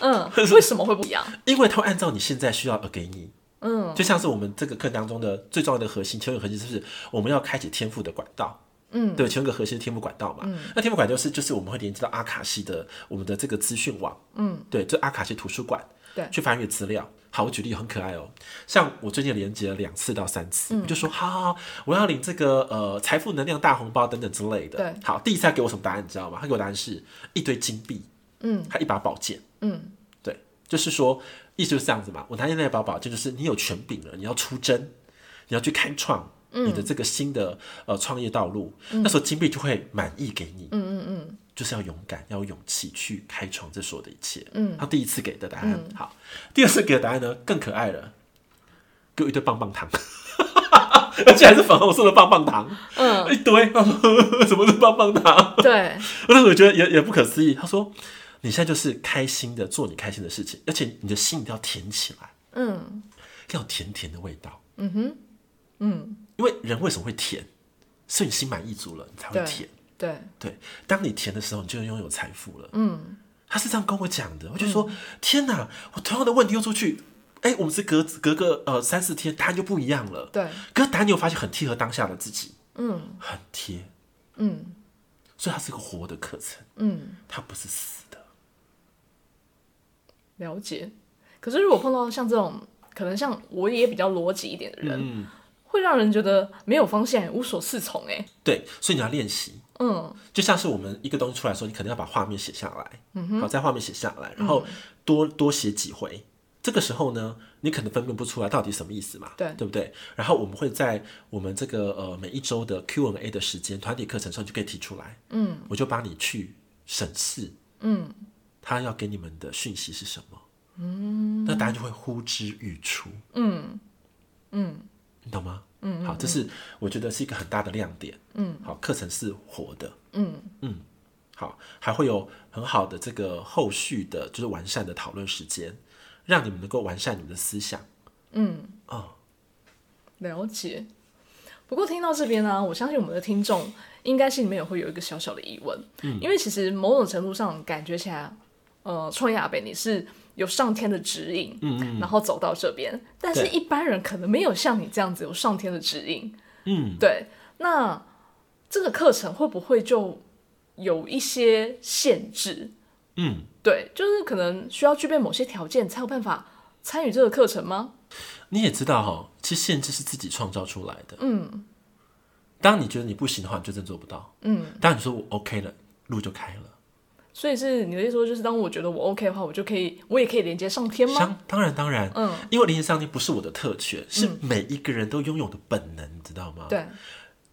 嗯，为什么会不一样？
*laughs* 因为它会按照你现在需要而给你。嗯，就像是我们这个课当中的最重要的核心，求有核心就是我们要开启天赋的管道。嗯，对，其中一个核心是天赋管道嘛。嗯，那天赋管道就是就是我们会连接到阿卡西的我们的这个资讯网。嗯，对，就阿卡西图书馆。
对
去翻阅资料。好，我举例很可爱哦，像我最近连接了两次到三次，我就说好好，好我要领这个呃财富能量大红包等等之类的。
对
好，第一次他给我什么答案你知道吗？他给我答案是一堆金币，嗯，还一把宝剑，
嗯，
对，就是说意思就是这样子嘛。我拿进那把宝剑，就是你有权柄了，你要出征，你要去开创你的这个新的呃创业道路，那时候金币就会满意给你。嗯嗯嗯，就是要勇敢，要有勇气去开创这所有的一切。嗯，他第一次给的答案、好，第二次给的答案呢更可爱了，给我一堆棒棒糖。 *laughs* 而且还是粉红色的棒棒糖，
嗯，
一堆， *laughs* 什么是棒棒糖？
对，
*laughs* 我那时候觉得也也不可思议。他说：“你现在就是开心的做你开心的事情，而且你的心一定要甜起来，
嗯
要有甜甜的味道。”嗯哼，嗯，因为人为什么会甜？所以你心满意足了，你才会
对
甜。
对，
对，当你甜的时候，你就拥有财富了。嗯，他是这样跟我讲的，我就说：“天哪，我同样的问题又出去。”哎、我们是隔隔个呃三四天，答案就不一样了。
对，
可是答案你有发现很贴合当下的自己，
嗯
很贴，
嗯
所以它是个活的课程，
嗯，
它不是死的。
了解。可是如果碰到像这种，可能像我也比较逻辑一点的人，
嗯，
会让人觉得没有方向，也无所适从。哎，
对，所以你要练习，
嗯
就像是我们一个东西出来的时候，你可能要把画面写下来，嗯好，在画面写下来，然后多、多写几回。这个时候呢，你可能分辨不出来到底什么意思嘛，
对
对不对？然后我们会在我们这个呃每一周的 Q&A 的时间团体课程上就可以提出来，
嗯
我就帮你去审视
嗯，
他要给你们的讯息是什么，嗯，那答案就会呼之欲出，嗯嗯，你懂吗？嗯，好，这是我觉得是一个很大的亮点，嗯，好，课程是活的，嗯嗯，好，还会有很好的这个后续的，就是完善的讨论时间，让你们能够完善你们的思想，
嗯
哦
了解。不过听到这边呢、我相信我们的听众应该心里面也会有一个小小的疑问，因为其实某种程度上感觉起来，呃，创业阿北你是有上天的指引，嗯嗯，然后走到这边，但是
对
一般人可能没有像你这样子有上天的指引，
嗯，
对，那这个课程会不会就有一些限制？
嗯，
对，就是可能需要具备某些条件才有办法参与这个课程吗？
你也知道哈、其实限制是自己创造出来的，嗯，当你觉得你不行的话，你就真的做不到，
嗯，
当你说我 OK 了，路就开了。
所以是你的意思说，就是当我觉得我 OK 的话，我就可以，我也可以连接上天吗？
当当然当然，
嗯，
因为连接上帝不是我的特权，是每一个人都拥有的本能，你知道吗？，
对，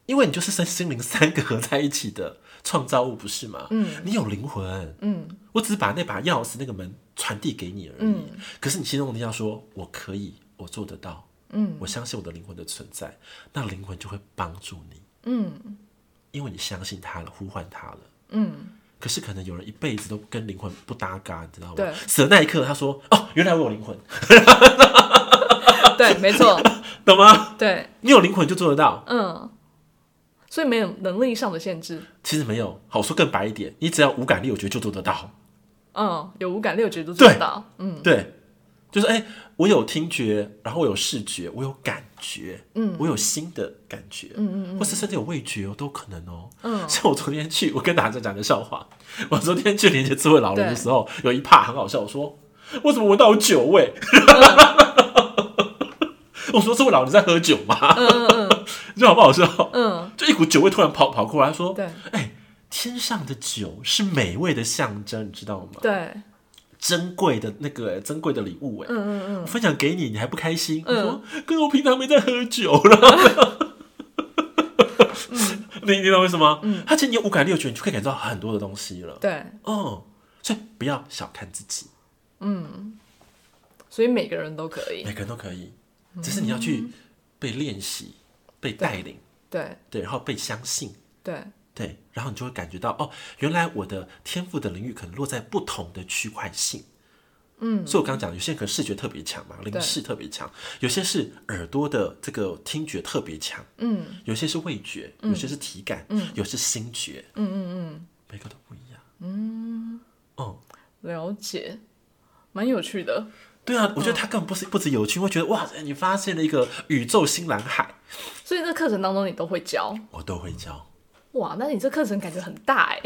因为你就是身心灵三个合在一起的创造物，不是吗？嗯，你有灵魂，
嗯，
我只是把那把钥匙那个门传递给你而已。可是你心中一定要说，我可以，我做得到，嗯，我相信我的灵魂的存在，那灵魂就会帮助你，嗯，因为你相信他了，呼唤他了。
嗯，
可是可能有人一辈子都跟灵魂不搭嘎，你知道吗？
对
死的那一刻，他说：“哦，原来我有灵魂，
对，没错， *laughs*
懂吗？
对，
你有灵魂就做得到。
嗯，所以没有能力上的限制，
其实没有，好我说更白一点，你只要无感力，我觉得就做得到。
嗯，有五感六觉都做得到，嗯
对，就是哎、我有听觉，然后我有视觉，我有感觉，嗯，我有新的感觉，嗯嗯或是甚至有味觉哦，都可能哦。嗯， *laughs* 像我昨天去，我跟大家讲个笑话，我昨天去连接智慧老人的时候，有一趴很好笑，我说我怎么闻到有酒味？ *laughs* 我说这位老人在喝酒吗？
嗯
*laughs*
嗯
你知道好不好笑？
嗯，
就一股酒味突然跑跑过来，他说：“
对
哎、天上的酒是美味的象征，你知道吗？
对，
珍贵的那个、哎珍贵的礼物、哎、
嗯嗯
我分享给你，你还不开心？
嗯
我说，可是我平常没在喝酒
*laughs*
*laughs* 了。你你懂我意思吗？嗯，他其实你有五感六觉，你就可以感受到很多的东西了
嗯，。对，
哦，所以不要小看自己，
所以每个人都可以，
每个人都可以，
嗯
只是你要去被练习、被带领，
对
对，然后被相信。
对，
对，然后你就会感觉到哦，原来我的天赋的领域可能落在不同的区块性。嗯，所以我刚刚讲，有些人可能视觉特别强嘛，
对
灵视特别强；有些是耳朵的这个听觉特别强，
嗯
有些是味觉，有些是体感，有些是心觉，
嗯嗯嗯，
每个都不一样。嗯，哦，
了解，蛮有趣的，
对啊，我觉得它根本不是不止有趣，会觉得哇，你发现了一个宇宙新蓝海，
所以这课程当中你都会教，
我都会教。
哇，那你这课程感觉很大哎，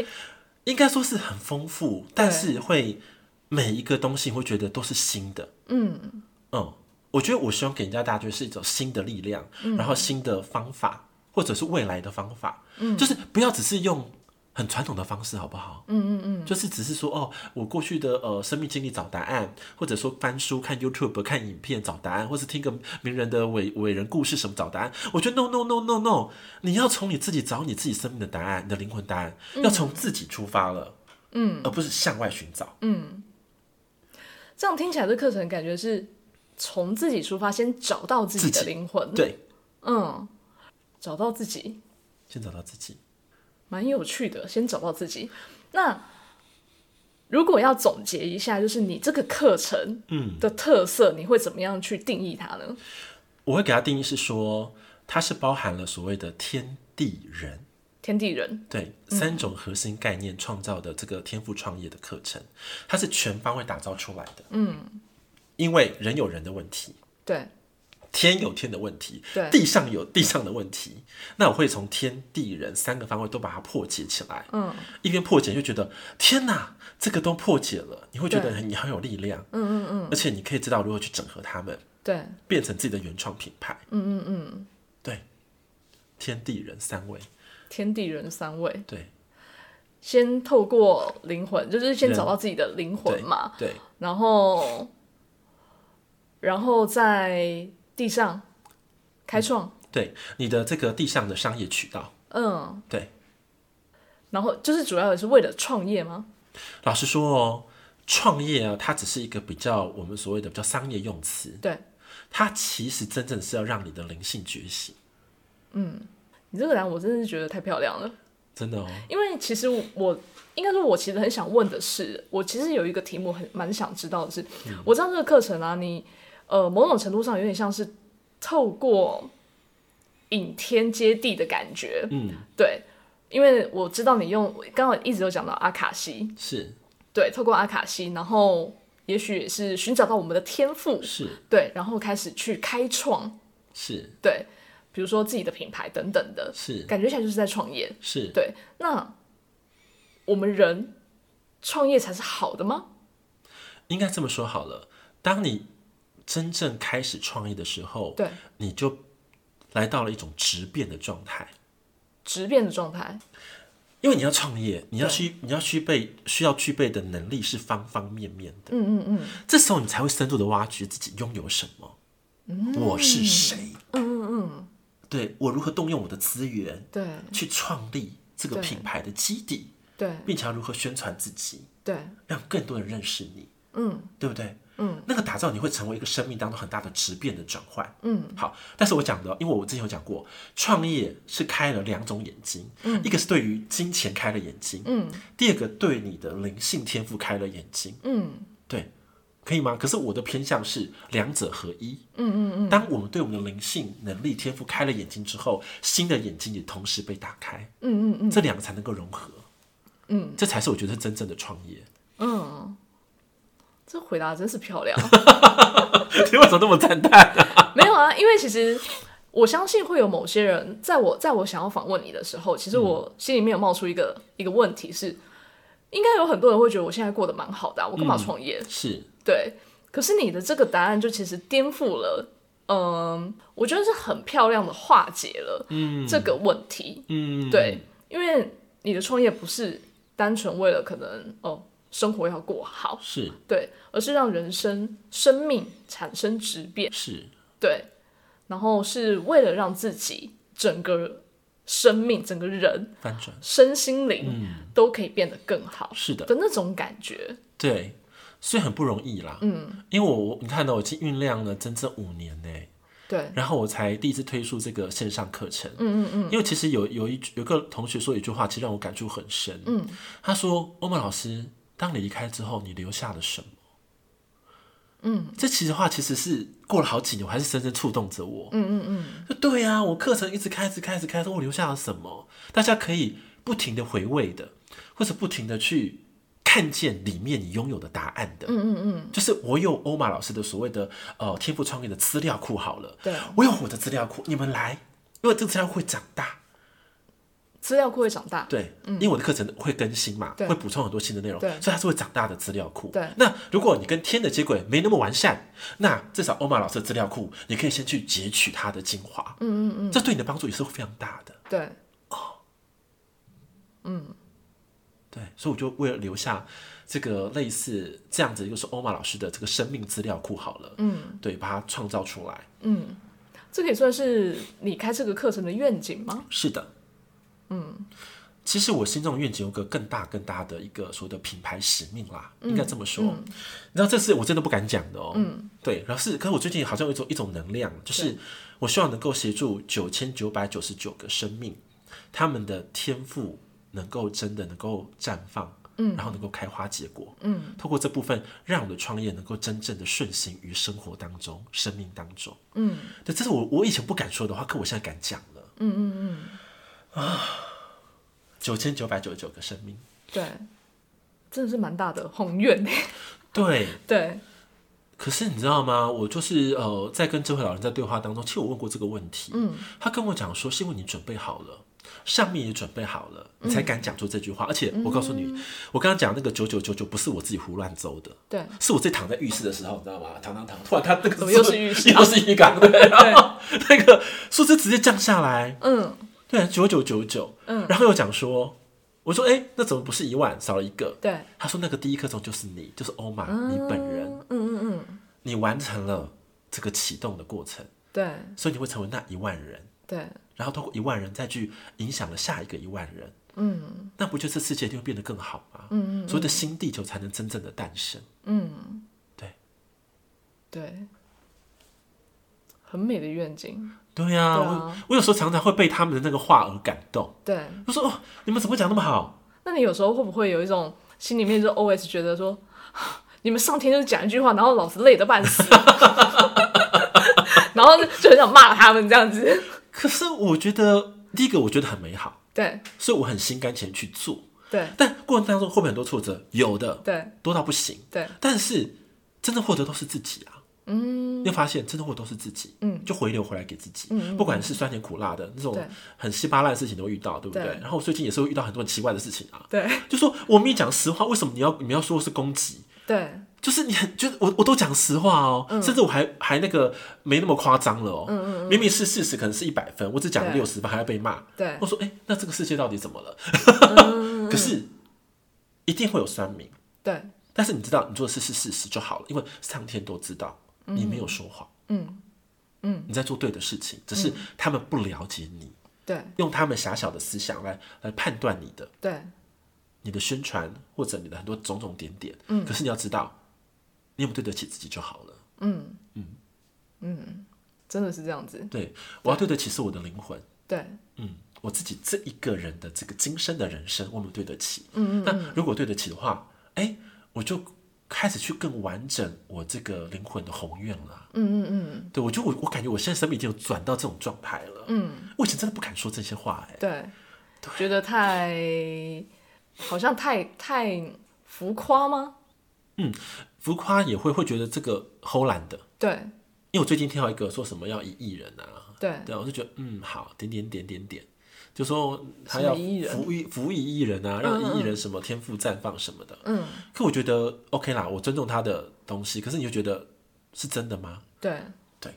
应该说是很丰富，但是会每一个东西你会觉得都是新的。
嗯
嗯，我觉得我希望给人家大家觉得是一种新的力量，然后新的方法，或者是未来的方法。嗯，就是不要只是用很传统的方式，好不好？嗯嗯嗯，就是只是说哦，我过去的呃生命经历找答案，或者说翻书、看 YouTube、看影片找答案，或是听个名人的伟伟人故事什么找答案。我觉得 no no no no no，你要从你自己找你自己生命的答案，你的灵魂答案，要从自己出发了，嗯，而不是向外寻找。
这样听起来，这课程感觉是从自己出发，先找到自己
自
的
己
灵魂，
对，
嗯，找到自己，
先找到自己。
蛮有趣的。先找到自己。那如果要总结一下，就是你这个课程
嗯
的特色，你会怎么样去定义它呢？
我会给它定义是说，它是包含了所谓的天地人。
天地人，
对，三种核心概念创造的这个天赋创业的课程，它是全方位打造出来的。嗯，因为人有人的问题，
对，
天有天的问题
对，
地上有地上的问题。那我会从天地人三个方位都把它破解起来。嗯，一边破解就觉得天哪，这个都破解了，你会觉得你很有力量。嗯嗯嗯，而且你可以知道如何去整合它们，
对，
变成自己的原创品牌。嗯嗯嗯，对，天地人三位，
天地人三位，
对
先透过灵魂，就是先
人
找到自己的灵
对
魂嘛，
对
然后，然后在地上开创，
对，你的这个地上的商业渠道。
嗯，
对，
然后就是主要也是为了创业吗？
老实说哦，创业啊，它只是一个比较我们所谓的比较商业用词，
对
它其实真正是要让你的灵性觉醒，
你这个人，我真的是觉得太漂亮了。
真的哦。
因为其实我我应该说，我其实很想问的是，我其实有一个题目很蛮想知道的是，我知道这个课程啊，你呃某种程度上有点像是透过引天接地的感觉，
嗯，
对。因为我知道你用，刚好一直有讲到阿卡西，
是
对，透过阿卡西，然后也许也是寻找到我们的天赋，
是
对，然后开始去开创，
是
对，比如说自己的品牌等等的，
是
感觉起来就是在创业。
是，
对，那我们人创业才是好的吗？
应该这么说好了。当你真正开始创业的时候，
对，
你就来到了一种质变的状态。
质变的状态，
因为你要创业，你要需你要具备需要具备的能力是方方面面的。嗯嗯嗯，这时候你才会深度的挖掘自己拥有什么，我是谁。嗯嗯嗯，对我如何动用我的资源
对
去创立这个
对
品牌的基底，
对
并且要如何宣传自己，
对，
让更多人认识你。嗯，对不对？嗯，那个打造你会成为一个生命当中很大的质变的转换。嗯，好，但是我讲的，因为我之前有讲过，创业是开了两种眼睛，嗯，一个是对于金钱开了眼睛，嗯，第二个对你的灵性天赋开了眼睛，嗯，对，可以吗？可是我的偏向是两者合一。嗯嗯嗯，当我们对我们的灵性能力天赋开了眼睛之后，新的眼睛也同时被打开。嗯嗯嗯，这两个才能够融合。嗯，这才是我觉得真正的创业。
这回答真是漂亮。 *laughs*
*laughs* 你为什么那么赞叹呢、
没有啊，因为其实我相信会有某些人，在我在我想要访问你的时候，其实我心里面有冒出一个、一个问题是，应该有很多人会觉得我现在过得蛮好的、啊，我干嘛创业？
*laughs* 是
对，可是你的这个答案就其实颠覆了，嗯、我觉得是很漂亮的化解了，嗯，这个问题，
嗯，
对，因为你的创业不是单纯为了可能哦生活要过好，
是
对，而是让人生生命产生质变，
是
对，然后是为了让自己整个生命、整个人
翻转，
身心灵都可以变得更好
嗯是的，
的那种感觉，
对，所以很不容易啦。嗯，因为我我你看到我已经酝酿了整整五年呢、
对，
然后我才第一次推出这个线上课程。嗯嗯嗯，因为其实有有一有个同学说一句话，其实让我感触很深。嗯，他说：“欧曼老师，当你离开之后，你留下了什么？”嗯，这其实话其实是过了好几年，我还是深深触动着我。嗯嗯嗯，对呀、我课程一直开，一直开，一直开，说我留下了什么？大家可以不停的回味的，或者不停的去看见里面你拥有的答案的。嗯嗯嗯，就是我有欧玛老师的所谓的呃天赋创业的资料库好了，
对
我有我的资料库，你们来，因为这个资料库会长大。
资料库会长大，
对，因为我的课程会更新嘛，
嗯对
会补充很多新的内容，所
对
以它是会长大的资料库。
对
那如果你跟天的接轨没那么完善，那至少欧玛老师的资料库，你可以先去截取它的精华。嗯嗯嗯，这对你的帮助也是非常大的。
对，
所以我就为了留下这个类似这样子，就是欧玛老师的这个生命资料库好了，嗯，对，把它创造出来。
这可以算是你开这个课程的愿景吗？
是的，嗯，嗯其实我心中的愿景有个更大更大的一个所谓的品牌使命啦，应该这么说。你知道这是我真的不敢讲的哦、嗯，对。然后是，可是我最近好像有一种一种能量，就是我希望能够协助九千九百九十九个生命，他们的天赋能够真的能够绽放。嗯，然后能够开花结果。嗯，透过这部分，让我的创业能够真正的顺行于生活当中、生命当中。嗯，对，这是我我以前不敢说的话，可我现在敢讲了。嗯嗯嗯，啊，九千九百九十九个生命，
对，真的是蛮大的宏愿。 *laughs*
对。
对，
可是你知道吗？我就是呃，在跟这位老人在对话当中，其实我问过这个问题。嗯，他跟我讲说，是因为你准备好了。上面也准备好了，你才敢讲出这句话。而且我告诉你，我刚刚讲那个九九九九不是我自己胡乱诌的，
对，
是我自己躺在浴室的时候，你知道吗？躺躺躺，突然他那个
怎
*laughs*
么又是浴室啊
又是浴缸，对，然后那个数字直接降下来，
嗯，
对，九九九九，嗯，然后又讲说，我说，哎、那怎么不是一万，少了一个？
对，
他说那个第一课钟就是你，就是欧玛、你本人，
嗯嗯嗯，
你完成了这个启动的过程，
对
所以你会成为那一万人，
对，
然后通过一万人再去影响了下一个一万人，嗯，那不就这世界就会变得更好吗？嗯嗯所谓的新地球才能真正的诞生。对
嗯对，很美的愿景，
对呀、
对啊
我我有时候常常会被他们的那个话而感动，
对。
我说哦，你们怎么会讲那么好？
那你有时候会不会有一种心里面就 always 觉得说， *sighs* 你们上天就是讲一句话，然后老子累得
*laughs*
半死， *laughs* 然后就很想骂他们这样子。
可是我觉得第一个我觉得很美好，
对
所以我很心甘情愿去做，
对
但过程当中会不会很多挫折？有的，
对
多到不行。
对，
但是真正获得都是自己啊。嗯，你会发现真正获得都是自己，
嗯
就回流回来给自己，嗯，不管是酸甜苦辣的那种
对
很稀巴烂的事情都会遇到，对不对？
对
然后我最近也是会遇到很多很奇怪的事情啊，
对
就说我没讲实话，为什么你要你们要说我是攻击？
对
就是你很就是我我都讲实话哦，
嗯
甚至我还还那个没那么夸张了哦，明明是事实，可能是一百分，我只讲了
对
六十分还要被骂，
对嗯
我说哎、那这个世界到底怎么了？ *laughs* 可是一定会有酸民，
对
但是你知道你做的事是事实就好了，因为上天都知道你没有说谎，
嗯
嗯，你在做对的事情，只是他们不了解你，
对
用他们狭小的思想来来判断你的
对
你的宣传或者你的很多种种点点，嗯，可是你要知道，你有没有对得起自己就好了。
真的是这样子。
对，我要对得起是我的灵魂，
对
嗯，我自己这一个人的这个今生的人生，我们对得起。嗯嗯那如果对得起的话，哎、我就开始去更完整我这个灵魂的宏愿了。嗯嗯嗯，对我就我我感觉我现在生命已经有转到这种状态了。嗯，我以前真的不敢说这些话、哎，
对，觉得太好像太太浮夸吗？
浮夸也会会觉得这个偷懒的，
对
因为我最近听到一个说什么要一亿人啊，
对
对，我就觉得嗯好，点点点点点，就说他要
什么一亿人
服役服役一亿人啊，让一亿人什么天赋绽放什么的。
嗯，
可我觉得 OK 啦，我尊重他的东西，可是你就觉得是真的吗？
对
对，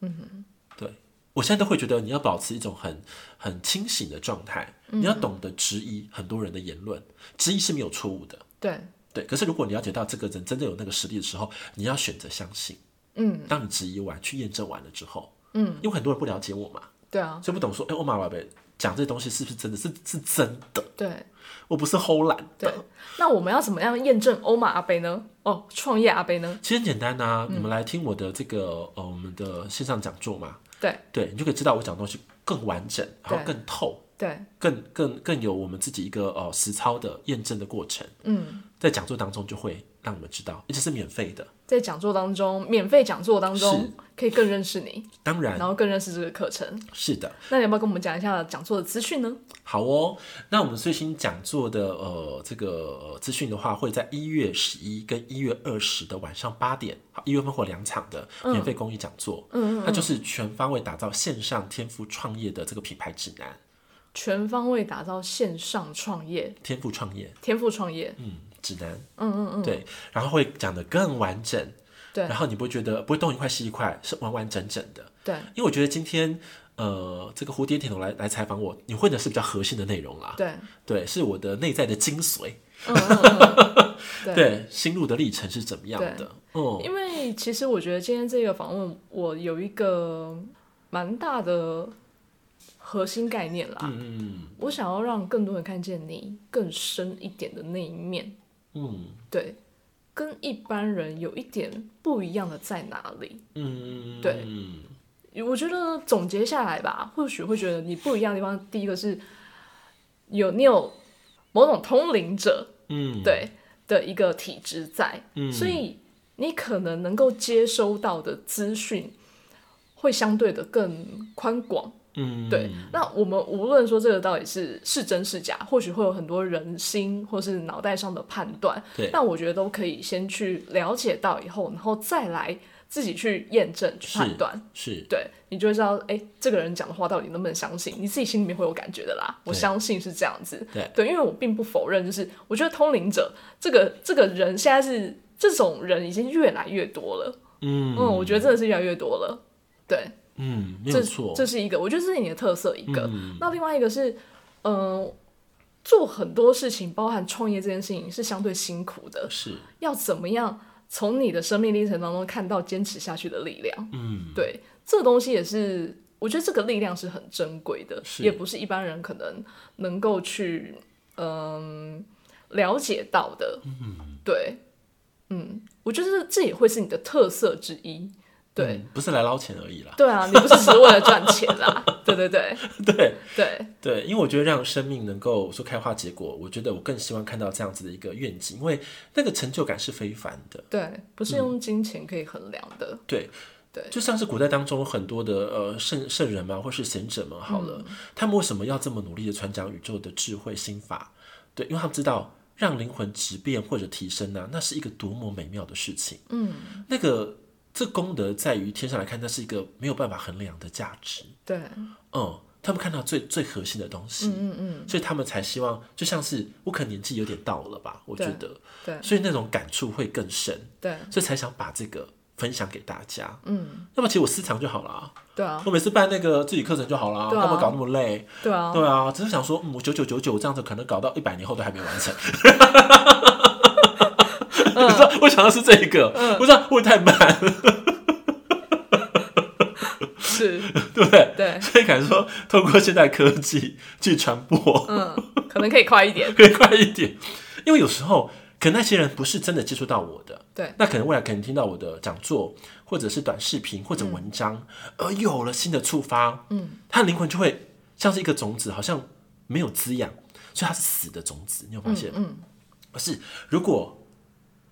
嗯对我现在都会觉得你要保持一种很很清醒的状态，
嗯
你要懂得质疑很多人的言论，质疑是没有错误的。
对
对，可是如果你了解到这个人真正有那个实力的时候，你要选择相信。
嗯，
当你质疑完、去验证完了之后，嗯，因为很多人不了解我嘛，
对啊，
所以不懂说，哎、我马宝贝讲这东西是不是真的？是是真的，
对。
我不是偷懒
对 *laughs*
的。，
那我们要怎么样验证欧玛阿贝呢？哦，创业阿贝呢？
其实很简单呐、你们来听我的这个呃我们的线上讲座嘛，
对
对你就可以知道我讲的东西更完整，然后
对
更透，
对
更更更有我们自己一个呃实操的验证的过程。嗯，在讲座当中就会让你们知道，而且是免费的。
在讲座当中，免费讲座当中
是
可以更认识你，
当然
然后更认识这个课程。
是的，
那你要不要跟我们讲一下讲座的资讯呢？
好哦。那我们最新讲座的呃这个呃资讯的话，会在一月十一跟一月二十的晚上八点，好，一月份会有两场的免费公益讲座。嗯嗯它就是全方位打造线上天赋创业的这个品牌指南，
全方位打造线上创业，
天赋创业。
天赋创业。
嗯，指南，嗯嗯嗯，对，然后会讲的更完整，
对
然后你不会觉得不会东一块西一块，是完完整整的。
对
因为我觉得今天呃，这个蝴蝶铁桶来来采访我，你会的是比较核心的内容啦，
对，
对，是我的内在的精髓，
嗯嗯嗯，对，
*laughs* 对，心路的历程是怎么样
对
的？嗯，
因为其实我觉得今天这个访问，我有一个蛮大的核心概念啦，
嗯
我想要让更多人看见你更深一点的那一面，
嗯
对，跟一般人有一点不一样的在哪里？
嗯，
对
嗯
我觉得总结下来吧，或许会觉得你不一样的地方，第一个是有你有某种通灵者
嗯，
对的一个体质在，
嗯
所以你可能能够接收到的资讯会相对的更宽广。
嗯，
对，那我们无论说这个到底是是真是假，或许会有很多人心或是脑袋上的判断，
对
那我觉得都可以先去了解到以后，然后再来自己去验证、去判断。
是，
对你就会知道，哎、这个人讲的话到底能不能相信，你自己心里面会有感觉的啦。我
对
相信是这样子，
对
因为我并不否认，就是我觉得通灵者这个这个人现在是这种人已经越来越多了，
嗯
嗯我觉得真的是越来越多了，对，
嗯，没有
这
错，
这是一个，我觉得这是你的特色一个。
嗯
那另外一个是，嗯、做很多事情，包含创业这件事情是相对辛苦的，
是，
要怎么样从你的生命历程当中看到坚持下去的力量？
嗯
对，这个东西也是，我觉得这个力量是很珍贵的，
是
也不是一般人可能能够去嗯、了解到的。嗯，对，嗯，我觉得这也会是你的特色之一。对，
嗯，不是来捞钱而已啦， *laughs*
对啊，你不是只是为了赚钱啦？ *laughs* 对对对
对，
对，
对，因为我觉得让生命能够说开花结果，我觉得我更希望看到这样子的一个愿景，因为那个成就感是非凡的。
对，不是
嗯
用金钱可以衡量的。
对，
对
就像是古代当中有很多的呃圣圣人嘛，或是贤者
嗯
们，好了，他们为什么要这么努力的传讲宇宙的智慧心法？对，因为他们知道让灵魂质变或者提升啊，那是一个多么美妙的事情。
嗯，
那个这功德在于天上来看，那是一个没有办法衡量的价值。
对，
嗯，他们看到最最核心的东西，
嗯嗯，
所以他们才希望，就像是我可能年纪有点到了吧，我觉
对
得，
对
所以那种感触会更深，
对，
所以才想把这个分享给大家。
嗯，
那么其实我私藏就好啦，
对啊，
我每次办那个自己课程就好啦，
对啊
干嘛搞那么累？
对啊，
对啊，只是想说，嗯，我九九九九这样子，可能搞到一百年后都还没完成。你知道，*laughs*
嗯
我想的是这个，我知道我也太慢了，
是，
对不对？
对，
所以敢说，通过现代科技去传播，
嗯，可能可以快一点。
可以快一点，因为有时候可能那些人不是真的接触到我的，
对，
那可能未来可能听到我的讲座，或者是短视频或者文章，而有了新的触发，嗯，他的灵魂就会像是一个种子，好像没有滋养，所以它是死的种子，你有发现？
嗯，
可是如果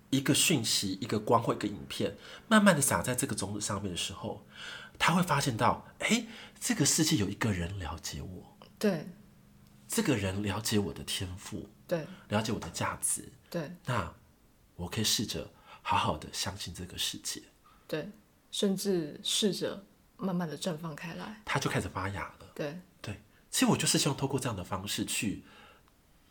一个讯息、一个光或一个影片，慢慢的洒在这个种子上面的时候，他会发现到，哎、这个世界有一个人了解我，
对，
这个人了解我的天赋，
对，
了解我的价值，
对，
那我可以试着好好的相信这个世界，
对，甚至试着慢慢的绽放开来。
它就开始发芽了。
对，
对，其实我就是希望透过这样的方式去，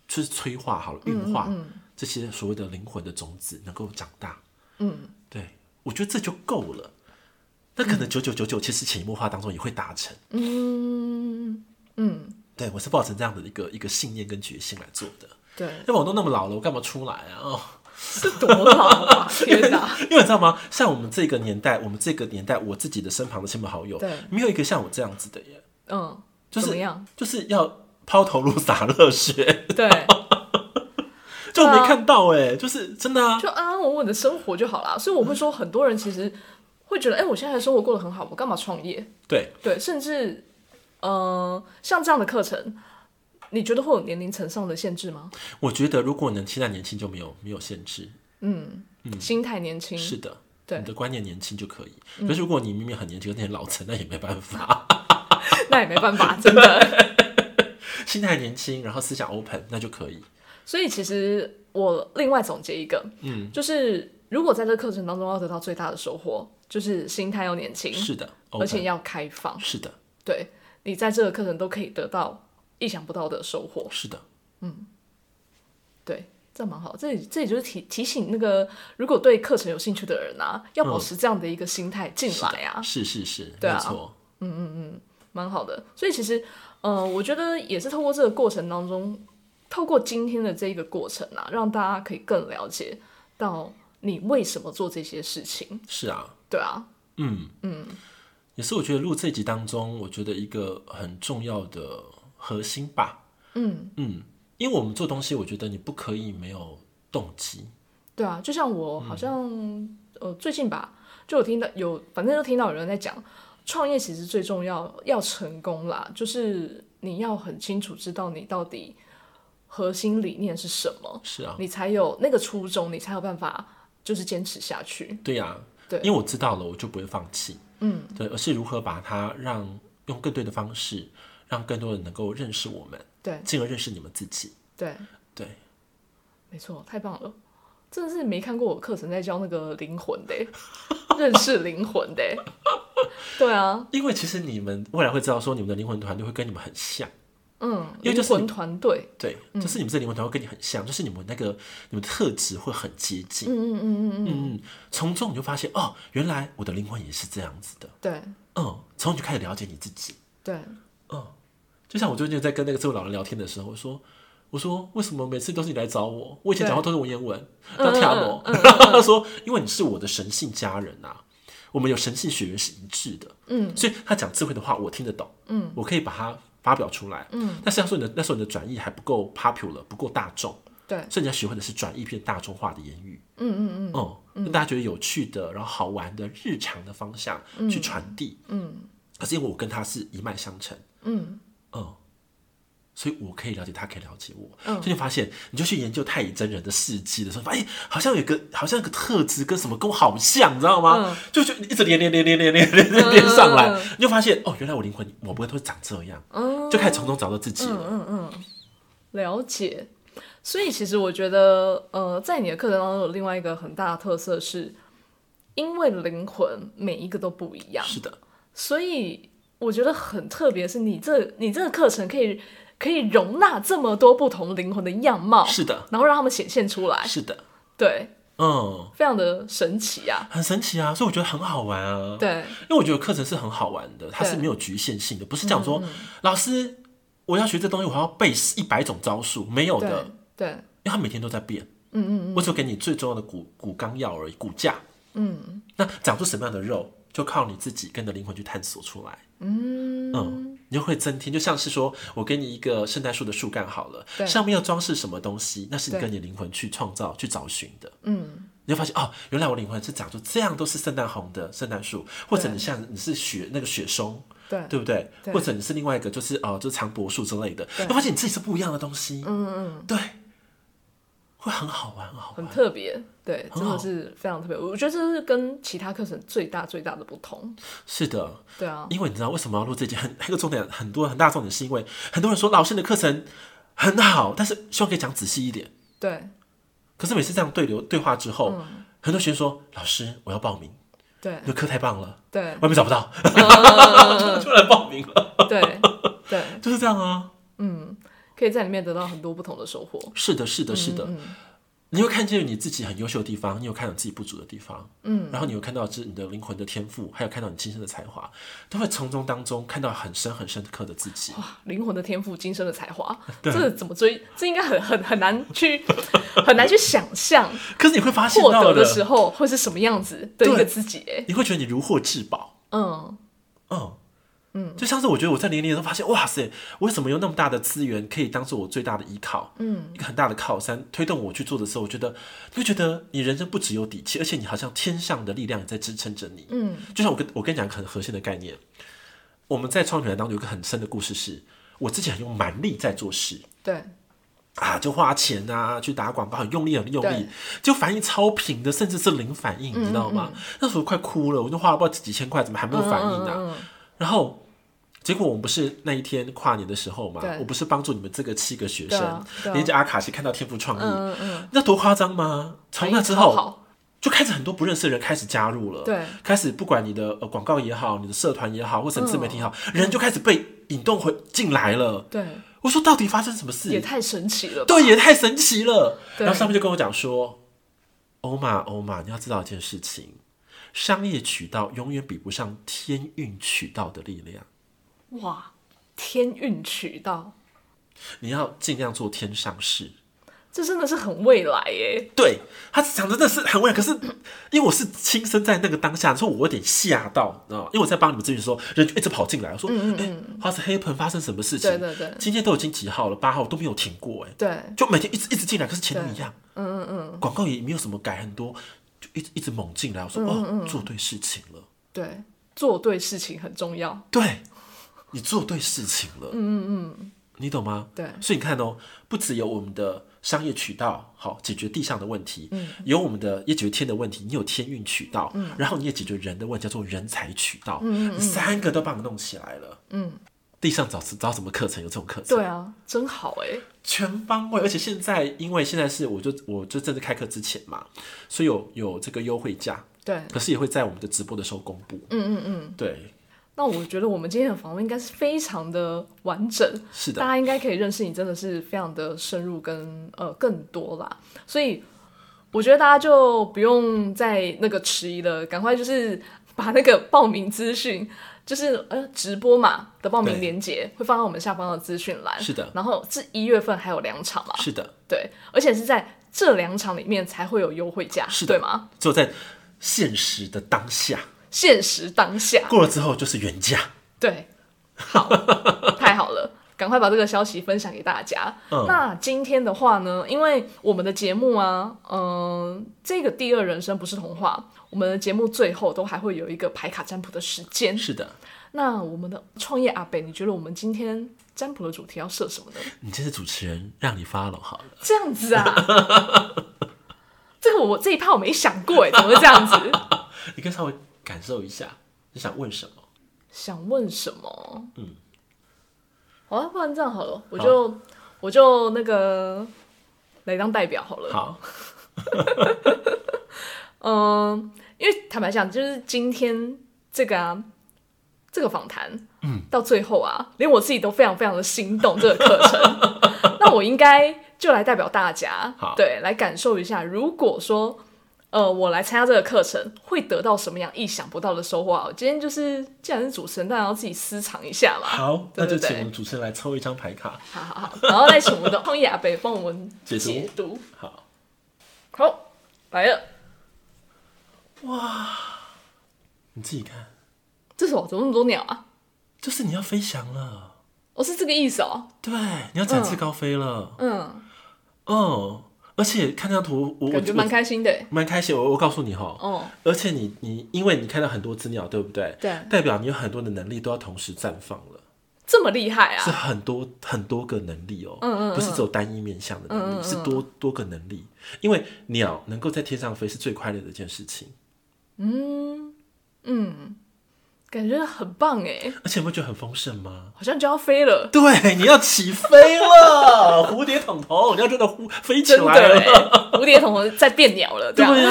就是催化好
嗯
了，运化这些所谓的灵魂的种子能够长大。嗯，对，我觉得这就够了。那可能九九九九其实潜移默化当中也会达成。
嗯嗯，
对我是抱成这样的一个一个信念跟决心来做的。 *laughs*
对，
要不然我都那么老了，我干嘛出来啊？ *laughs* 哦。
是多老
*laughs*
啊！天哪，
因为你知道吗？像我们这个年代，我们这个年代，我自己的身旁的亲朋好友
对，
没有一个像我这样子的耶，
嗯，
就
怎么
是
样？
就是要抛头颅洒热血， *laughs*
对，
就我没
对啊
看到哎，就是真的啊，
就安安稳稳的生活就好啦。所以我会说，很多人其实会觉得，哎、我现在的生活过得很好，我干嘛创业？
对，
对，甚至，呃，像这样的课程，你觉得会有年龄层上的限制吗？
我觉得如果能现在年轻就没有没有限制，
心态年
嗯
轻，
是的。
对嗯
你的观念年轻就可以，可是如果你明明很年轻，有点老成，那也没办
*laughs*
法。
那也没办法，真的。
心态年轻，然后思想 open，那就可以。
所以其实我另外总结一个，嗯，就是如果在这课程当中要得到最大的收获，就是心态要年轻，
是的
而且
，open，
要开放，
是的，
对你在这个课程都可以得到意想不到的收获。
是的，
对，这蛮好。这也这也就是提提醒那个如果对课程有兴趣的人啊，要保持这样的一个心态进
是
来啊。
的，是是是，
对啊
没错，
蛮好的。所以其实，呃，我觉得也是透过这个过程当中，透过今天的这一个过程啊，让大家可以更了解到你为什么做这些事情。
是啊，
对啊，
嗯也是我觉得录这集当中，我觉得一个很重要的核心吧。嗯嗯，因为我们做东西，我觉得你不可以没有动机。
对啊，就像我好像、呃最近吧，就有听到有，反正就听到有人在讲，创业其实最重要要成功啦，就是你要很清楚知道你到底核心理念是什么，
是啊，
你才有那个初衷，你才有办法就是坚持下去。
对呀、
对
因为我知道了，我就不会放弃。嗯，对，而是如何把它让用更对的方式，让更多人能够认识我们，
对嗯
进而认识你们自己。
对，
对，
没错，太棒了。真的是没看过我课程在教那个灵魂的欸、认识灵魂的欸、 *laughs* 对啊，
因为其实你们未来会知道说，你们的灵魂团队会跟你们很像。
嗯，
因为就
灵
是
魂团队，
对，
嗯
就是你们这灵魂团会跟你很像，就是你们那个你们特质会很接近。
嗯嗯嗯嗯嗯，
嗯嗯，从中你就发现哦，原来我的灵魂也是这样子的。
对
嗯，从你就开始了解你自己。
对，
就像我最近在跟那个智慧老人聊天的时候，我说。我说为什么每次都是你来找我？我以前讲话都是文言文，然后跳楼。他说因为你是我的神性家人啊，我们有神性血缘是一致的，嗯，所以他讲智慧的话我听得懂，嗯，我可以把它发表出来，嗯。但是他说你的那时候你的转译还不够 popular，不够大众，
对，
所以你要学会的是转译变大众化的言语，嗯嗯嗯，嗯，让大家觉得有趣的，然后好玩的日常的方向去传递，嗯。可是因为我跟他是一脉相承，哦所以我可以了解他，可以了解我。所以你发现，你就去研究太乙真人的事迹的时候，发现哎好像有个好像有个特质跟什么跟我好像，你知道吗？就就一直连连连连连连连连连上来，你就发现哦，原来我灵魂某部分都长这样，就开始从中找到自己了。
了解。所以其实我觉得，呃，在你的课程当中有另外一个很大的特色是，因为灵魂每一个都不一样，
是的，
所以我觉得很特别。是你这你这个课程可以可以容纳这么多不同灵魂的样貌，
是的，
然后让他们显现出来，
是的，
对，
嗯，
非常的神奇啊。
很神奇啊，所以我觉得很好玩啊。
对，
因为我觉得课程是很好玩的，它是
对嗯
没有局限性的，不是讲说老师我要学这东西，我还要背一百种招数，没有
对
的。，
对，
因为它每天都在变。嗯嗯我只有给你最重要的骨骨纲要而已，骨架。嗯，那长出什么样的肉，就靠你自己跟你的灵魂去探索出来。
嗯
嗯，你就会增添，就像是说我给你一个圣诞树的树干好了，
对
上面要装饰什么东西，那是你
对
跟你灵魂去创造、去找寻的。
嗯，
你就发现哦，原来我灵魂是长出这样，都是圣诞红的圣诞树，或者
对
你像你是雪那个雪松，
对，
对不对？
对
或者你是另外一个，就是哦、呃就是长柏树之类的，
对
你发现你自己是不一样的东西，
嗯嗯嗯。
对，会很好玩，很好玩
很。特别，对，
很
真的
好
是非常特别。我觉得这是跟其他课程最大最大的不同。
是的，
对啊，
因为你知道为什么要录这集？很那个重点很多很大重点是因为很多人说老师你的课程很好，但是希望可以讲仔细一点。
对
可是每次这样对流对话之后，很多学生说老师我要报名，
嗯对嗯
你的课太棒了，
对
外面找不到，*laughs*
嗯
突然报名了，
对
*laughs*
对，
就是这样啊。
可以在里面得到很多不同的收获。
是的，是的，是
嗯
的。你会看见你自己很优秀的地方，你有看到自己不足的地方，嗯，然后你有看到这是你的灵魂的天赋，还有看到你亲身的才华，都会从中当中看到很深很深刻的自己。
哇，灵魂的天赋，今生的才
*laughs*
华，这怎么追？这应该很很很难去很难去想
*laughs*
象
可是你会发现
获
到
得的
了，
时候会是什么样子的一个
对
自己。哎，
你会觉得你如获至宝，
嗯，
嗯，嗯，就像是我觉得我在零零年的时候发现，哇塞，我为什么有那么大的资源可以当做我最大的依靠，嗯，一个很大的靠山，推动我去做的时候，我觉得你会觉得你人生不只有底气，而且你好像天上的力量也在支撑着你，嗯，就像我跟我跟你讲一个很核心的概念，我们在创业团队当中有一个很深的故事是，我之前很用蛮力在做事。
对
啊，就花钱啊，去打广告，很用力，很用
对
力，就反应超平的，甚至是零反应，你知道
嗯
吗？那时候快哭了，我就花了不知道几千块，怎么还没有反应呢、啊
嗯
然后，结果我们不是那一天跨年的时候嘛
对，
我不是帮助你们这个七个学生，
对啊对啊
连着阿卡西看到天赋创意，
嗯嗯，哎
那多夸张吗？从那之
反应超
后。
好，
就开始很多不认识的人开始加入了，
对，
开始不管你的呃广告也好，你的社团也好，或者自媒体也好，
嗯
人就开始被引动回进来了。
对，
我说到底发生什么事？
也太神奇
*laughs*
了吧。
对，也太神奇了。
对
然后上面就跟我讲说，欧玛欧玛，你要知道一件事情，商业渠道永远比不上天运渠道的力量。
哇，天运渠道，
你要尽量做天上事。
这真的是很未来耶。
对他讲真的是很未来，可是因为我是亲身在那个当下，所以我有点吓到，你知道吗？因为我在帮你们咨询的时候，人就一直跑进来，我说：“哎、他是黑盆发生什么事情？
嗯对对对
今天都已经几号了？八号都没有停过，哎，
对，
就每天一直一直进来，可是钱都一样，嗯嗯嗯，广告也没有什么改很多，就一直一直猛进来。我说：哦，做对事情了，
对，做对事情很重要。
对，你做对事情了，嗯嗯嗯，你懂吗？
对
所以你看哦，不只有我们的商业渠道好解决地上的问题，有我们的也解决天的问题，你有天运渠道，然后你也解决人的问题，叫做人才渠道，你三个都帮我弄起来了，嗯。地上找找什么课程有这种课程？
对啊，真好哎。
全方位，而且现在因为现在是我就我就正式开课之前嘛，所以有有这个优惠价，
对，
可是也会在我们的直播的时候公布。嗯嗯嗯，对，
那我觉得我们今天的访问应该是非常的完整，
是
大
的，
家应该可以认识你，真的是非常的深入跟呃更多啦。所以我觉得大家就不用再那个迟疑了，赶快就是把那个报名资讯，就是呃直播嘛的报名
对
链接会放到我们下方的资讯栏。
是的
然后是一月份还有两场嘛，
是的，
对，而且是在这两场里面才会有优惠价，
是的
对吗？
只有在现实的当下
限时当下，
过了之后就是原价。
对，好，太好了。赶快把这个消息分享给大家。
嗯
那今天的话呢，因为我们的节目啊，嗯、这个第二人生不是童话，我们的节目最后都还会有一个牌卡占卜的时间。
是的，
那我们的创业阿北，你觉得我们今天占卜的主题要设什么呢？
你今天是主持人，让你 follow 好了。
这样子啊，这个我这一趴我没想过哎，怎么会这样子？
你可以稍微感受一下，你想问什么？
想问什么？
嗯，
好啊，不然这样好了，我就我就那个来当代表好了。
好，
嗯，因为坦白讲，就是今天这个啊，这个访谈，嗯，到最后啊，连我自己都非常非常的心动这个课程。 *laughs* 那我应该就来代表大家
好，
对，来感受一下，如果说。呃，我来参加这个课程会得到什么样意想不到的收获啊？我今天就是，既然是主持人，当然要自己私藏一下嘛。
好，*laughs*
对
那
对
就
对
请我们主持人来抽一张牌卡。
好好好，然后再请我们的荒野阿北帮我们
解读
解读。
好，
好，来了，
你自己看，
这首怎么那么多鸟啊？
就是你要飞翔了，
哦，是这个意思哦。
对，你要展翅高飞了。
嗯，
嗯，而且看这张图，我我
感觉蛮
我
开心的。
蛮开心。我我告诉你哈，
哦，
而且你你因为你看到很多资料，对不对？
对
代表你有很多的能力都要同时绽放了。
这么厉害
是
啊！嗯
很多很多个能力哦，不是只有单一面向的能力，是多多个能力。因为鸟能够在天上飞是最快乐的一件事情，
感觉很棒哎，
而且你不觉得很丰盛吗？
好像就要飞了，
对，你要起飞了， *laughs* 蝴蝶筒头，你要真的呼飞起
真的
来
哎
了，，
蝴蝶同在变鸟了，这
对
样嗯
呀、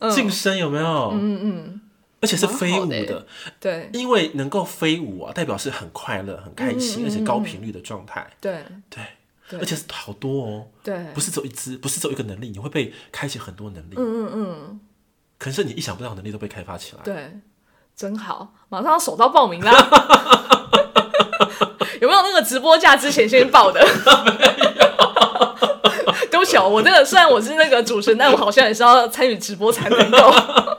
啊，晋升有没有？嗯嗯，而且是飞舞
蛮好的
的
欸，对
因为能够飞舞啊，代表是很快乐、很开心，而且高频率的状态，
对
对，
嗯对
而且是好多哦。
对
不，是只有一只，不是只有一个能力，你会被开启很多能力。嗯嗯嗯，可能是你意想不到的能力都被开发起来。
对，真好，马上要手到报名啦！ *laughs* 有没有那个直播价之前先报的？ *laughs* 对不起哦，我那个虽然我是那个主持人，但我好像也是要参与直播才能够，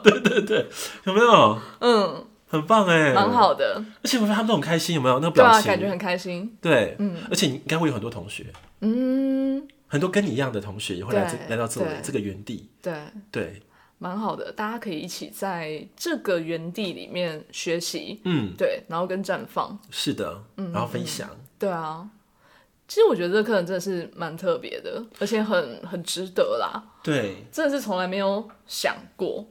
对对 *laughs* 对，有没有？
嗯，
很棒哎，
蛮。好的，
而且我觉得他们都很开心，有没有？那个
对
表
啊，
情，
感觉很开心，
对，嗯。而且你应该会有很多同学，
嗯，
很多跟你一样的同学也会来这
对
来到这里
对
这个园地。
对，
对，
蛮好的，大家可以一起在这个园地里面学习，
嗯，
对，然后跟绽放，
是的，
嗯
然后分享，
对啊。其实我觉得这个课程真的是蛮特别的，而且很很值得啦。
对，
真的是从来没有想过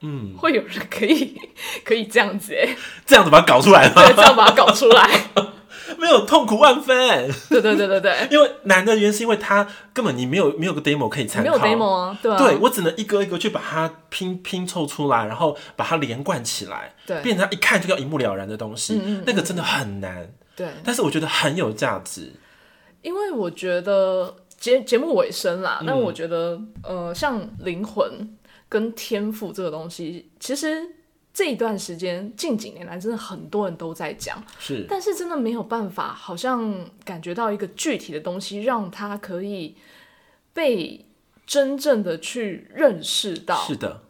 嗯，
会有人可以 *laughs* 可以这样子哎、
这样子把它搞出来吗？
对， *laughs* 这样把它搞出来，
*laughs* 没有痛苦万分，
对对对对对，
因为难的原因是因为他根本你没有没有个 demo 可以参
没
考，
有 demo 啊，对啊，
对我只能一个一个去把它拼拼凑出来，然后把它连贯起来，
对嗯
变成它一看就要一目了然的东西。那个真的很难，
对，
但是我觉得很有价值。
因为我觉得节节目尾声
嗯
啦，但我觉得呃，像灵魂跟天赋这个东西，其实这一段时间，近几年来真的很多人都在讲，
是，
但是真的没有办法，好像感觉到一个具体的东西，让他可以被真正的去认识到，
是的，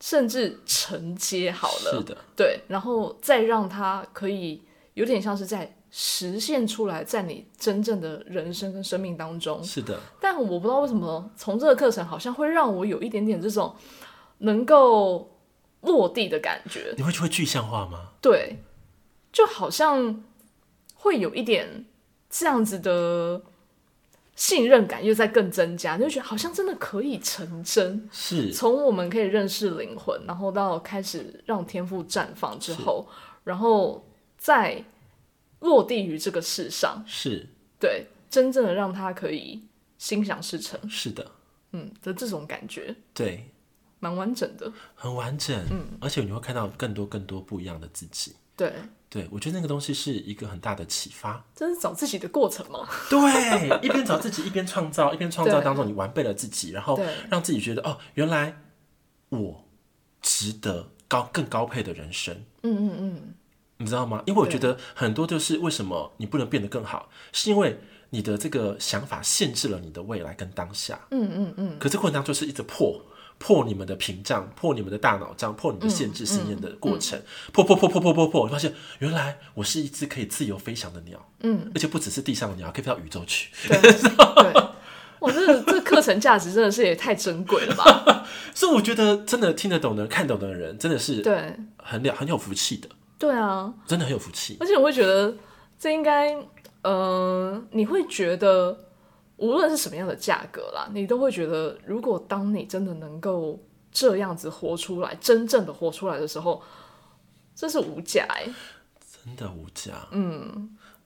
甚至承接好了，
是的，
对，然后再让他可以有点像是在实现出来，在你真正的人生跟生命当中。
是的，
但我不知道为什么，从这个课程好像会让我有一点点这种能够落地的感觉，
你会会具象化吗？
对，就好像会有一点这样子的信任感又在更增加，你就觉得好像真的可以成真。
是，
从我们可以认识灵魂，然后到开始让天赋绽放之后，然后再落地于这个世上，
是，
对，真正的让他可以心想事成，
是的，
嗯的这种感觉，
对，
蛮完整的。
很完整，嗯，而且你会看到更多更多不一样的自己。
对，
对，我觉得那个东西是一个很大的启发。 *laughs*
这是找自己的过程哦嘛？
对，一边找自己，一边创造，一边创造
对
当中，你完备了自己，然后
对
让自己觉得哦，原来我值得高更高配的人生。
嗯嗯嗯，
你知道吗？因为我觉得很多就是为什么你不能变得更好，是因为你的这个想法限制了你的未来跟当下。嗯嗯嗯。可这过程当中就是一直破破你们的屏障，破你们的大脑障，破你们的限制信念的过程，破破破破破破破，你发现原来我是一只可以自由飞翔的鸟。嗯，而且不只是地上的鸟，可以飞到宇宙去。
对对。 *laughs* 哇，这个这个课程价值真的是也太珍贵了 *laughs* 吧？
所以我觉得真的听得懂的、看懂的人，真的是
对
很了很有福气的，
对啊，
真的很有福气。
而且我会觉得这应该，呃，你会觉得无论是什么样的价格啦，你都会觉得，如果当你真的能够这样子活出来，真正的活出来的时候，这是无价哎、
真的无价，而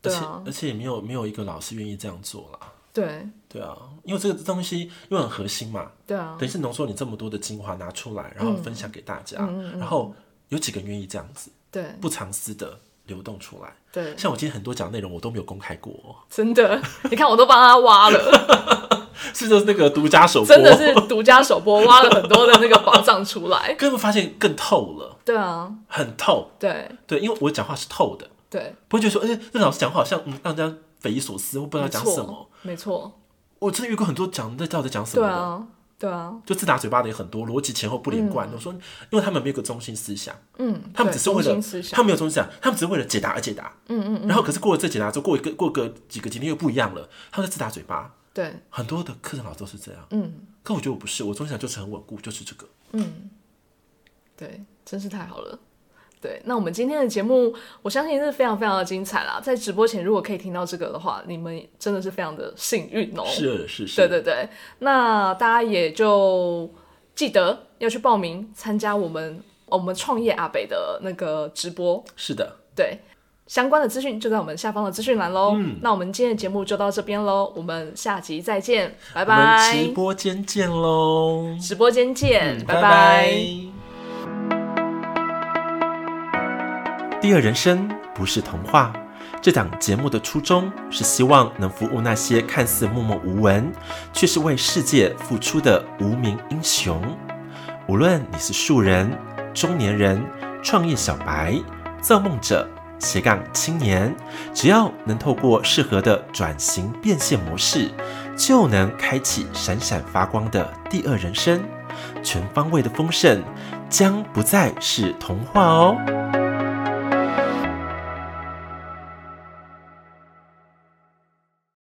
对
且、
啊
而且也没有没有一个老师愿意这样做啦。
对
对啊，因为这个东西因为很核心嘛，
对啊，
等于是浓缩你这么多的精华拿出来，
嗯
然后分享给大家，然后有几个人愿意这样子
对
不藏私的流动出来。
对，
像我今天很多讲的内容我都没有公开过哦，
真的， *laughs* 你看我都帮他挖 *laughs* 了，
是就是那个独家首播，
真的是独家首播挖了很多的那个宝藏出来。
根本发现更透了，
对啊，
很透。
对
对，因为我讲话是透的，
对，
不会觉得说，哎、那老师讲话好像嗯让人家匪夷所思，我不知道
没
讲什么
错。，没错，
我真的遇过很多讲那到底在讲什
对
么的，
啊，对啊，
就自打嘴巴的也很多，逻辑前后不连贯。我说，因为他们没有一个中心思想，
嗯，
他们
对
只是为
中
了
心思想
他们没有中心思想，他们只是为了解答而解答。嗯嗯然后可是过了这解答之后，过一个过个几个几天又不一样了，他们在自打嘴巴。
对，
很多的课程老师都是这样，
嗯。
可我觉得我不是，我中心思想就是很稳固，就是这个。
对，真是太好了。对，那我们今天的节目，我相信是非常非常的精彩啦。在直播前，如果可以听到这个的话，你们真的是非常的幸运哦。，
是是是，
对对对。那大家也就记得要去报名参加我们哦我们创业阿北的那个直播。
是的，
对，相关的资讯就在我们下方的资讯栏喽。
嗯
那我们今天的节目就到这边喽，我们下集再见，拜
我们
拜
直。播间见喽，
直播间见，
嗯
拜拜
第二人生不是童话。这档节目的初衷是希望能服务那些看似默默无闻，却是为世界付出的无名英雄。无论你是素人、中年人、创业小白、造梦者、斜杠青年，只要能透过适合的转型变现模式，就能开启闪闪发光的第二人生。全方位的丰盛将不再是童话哦。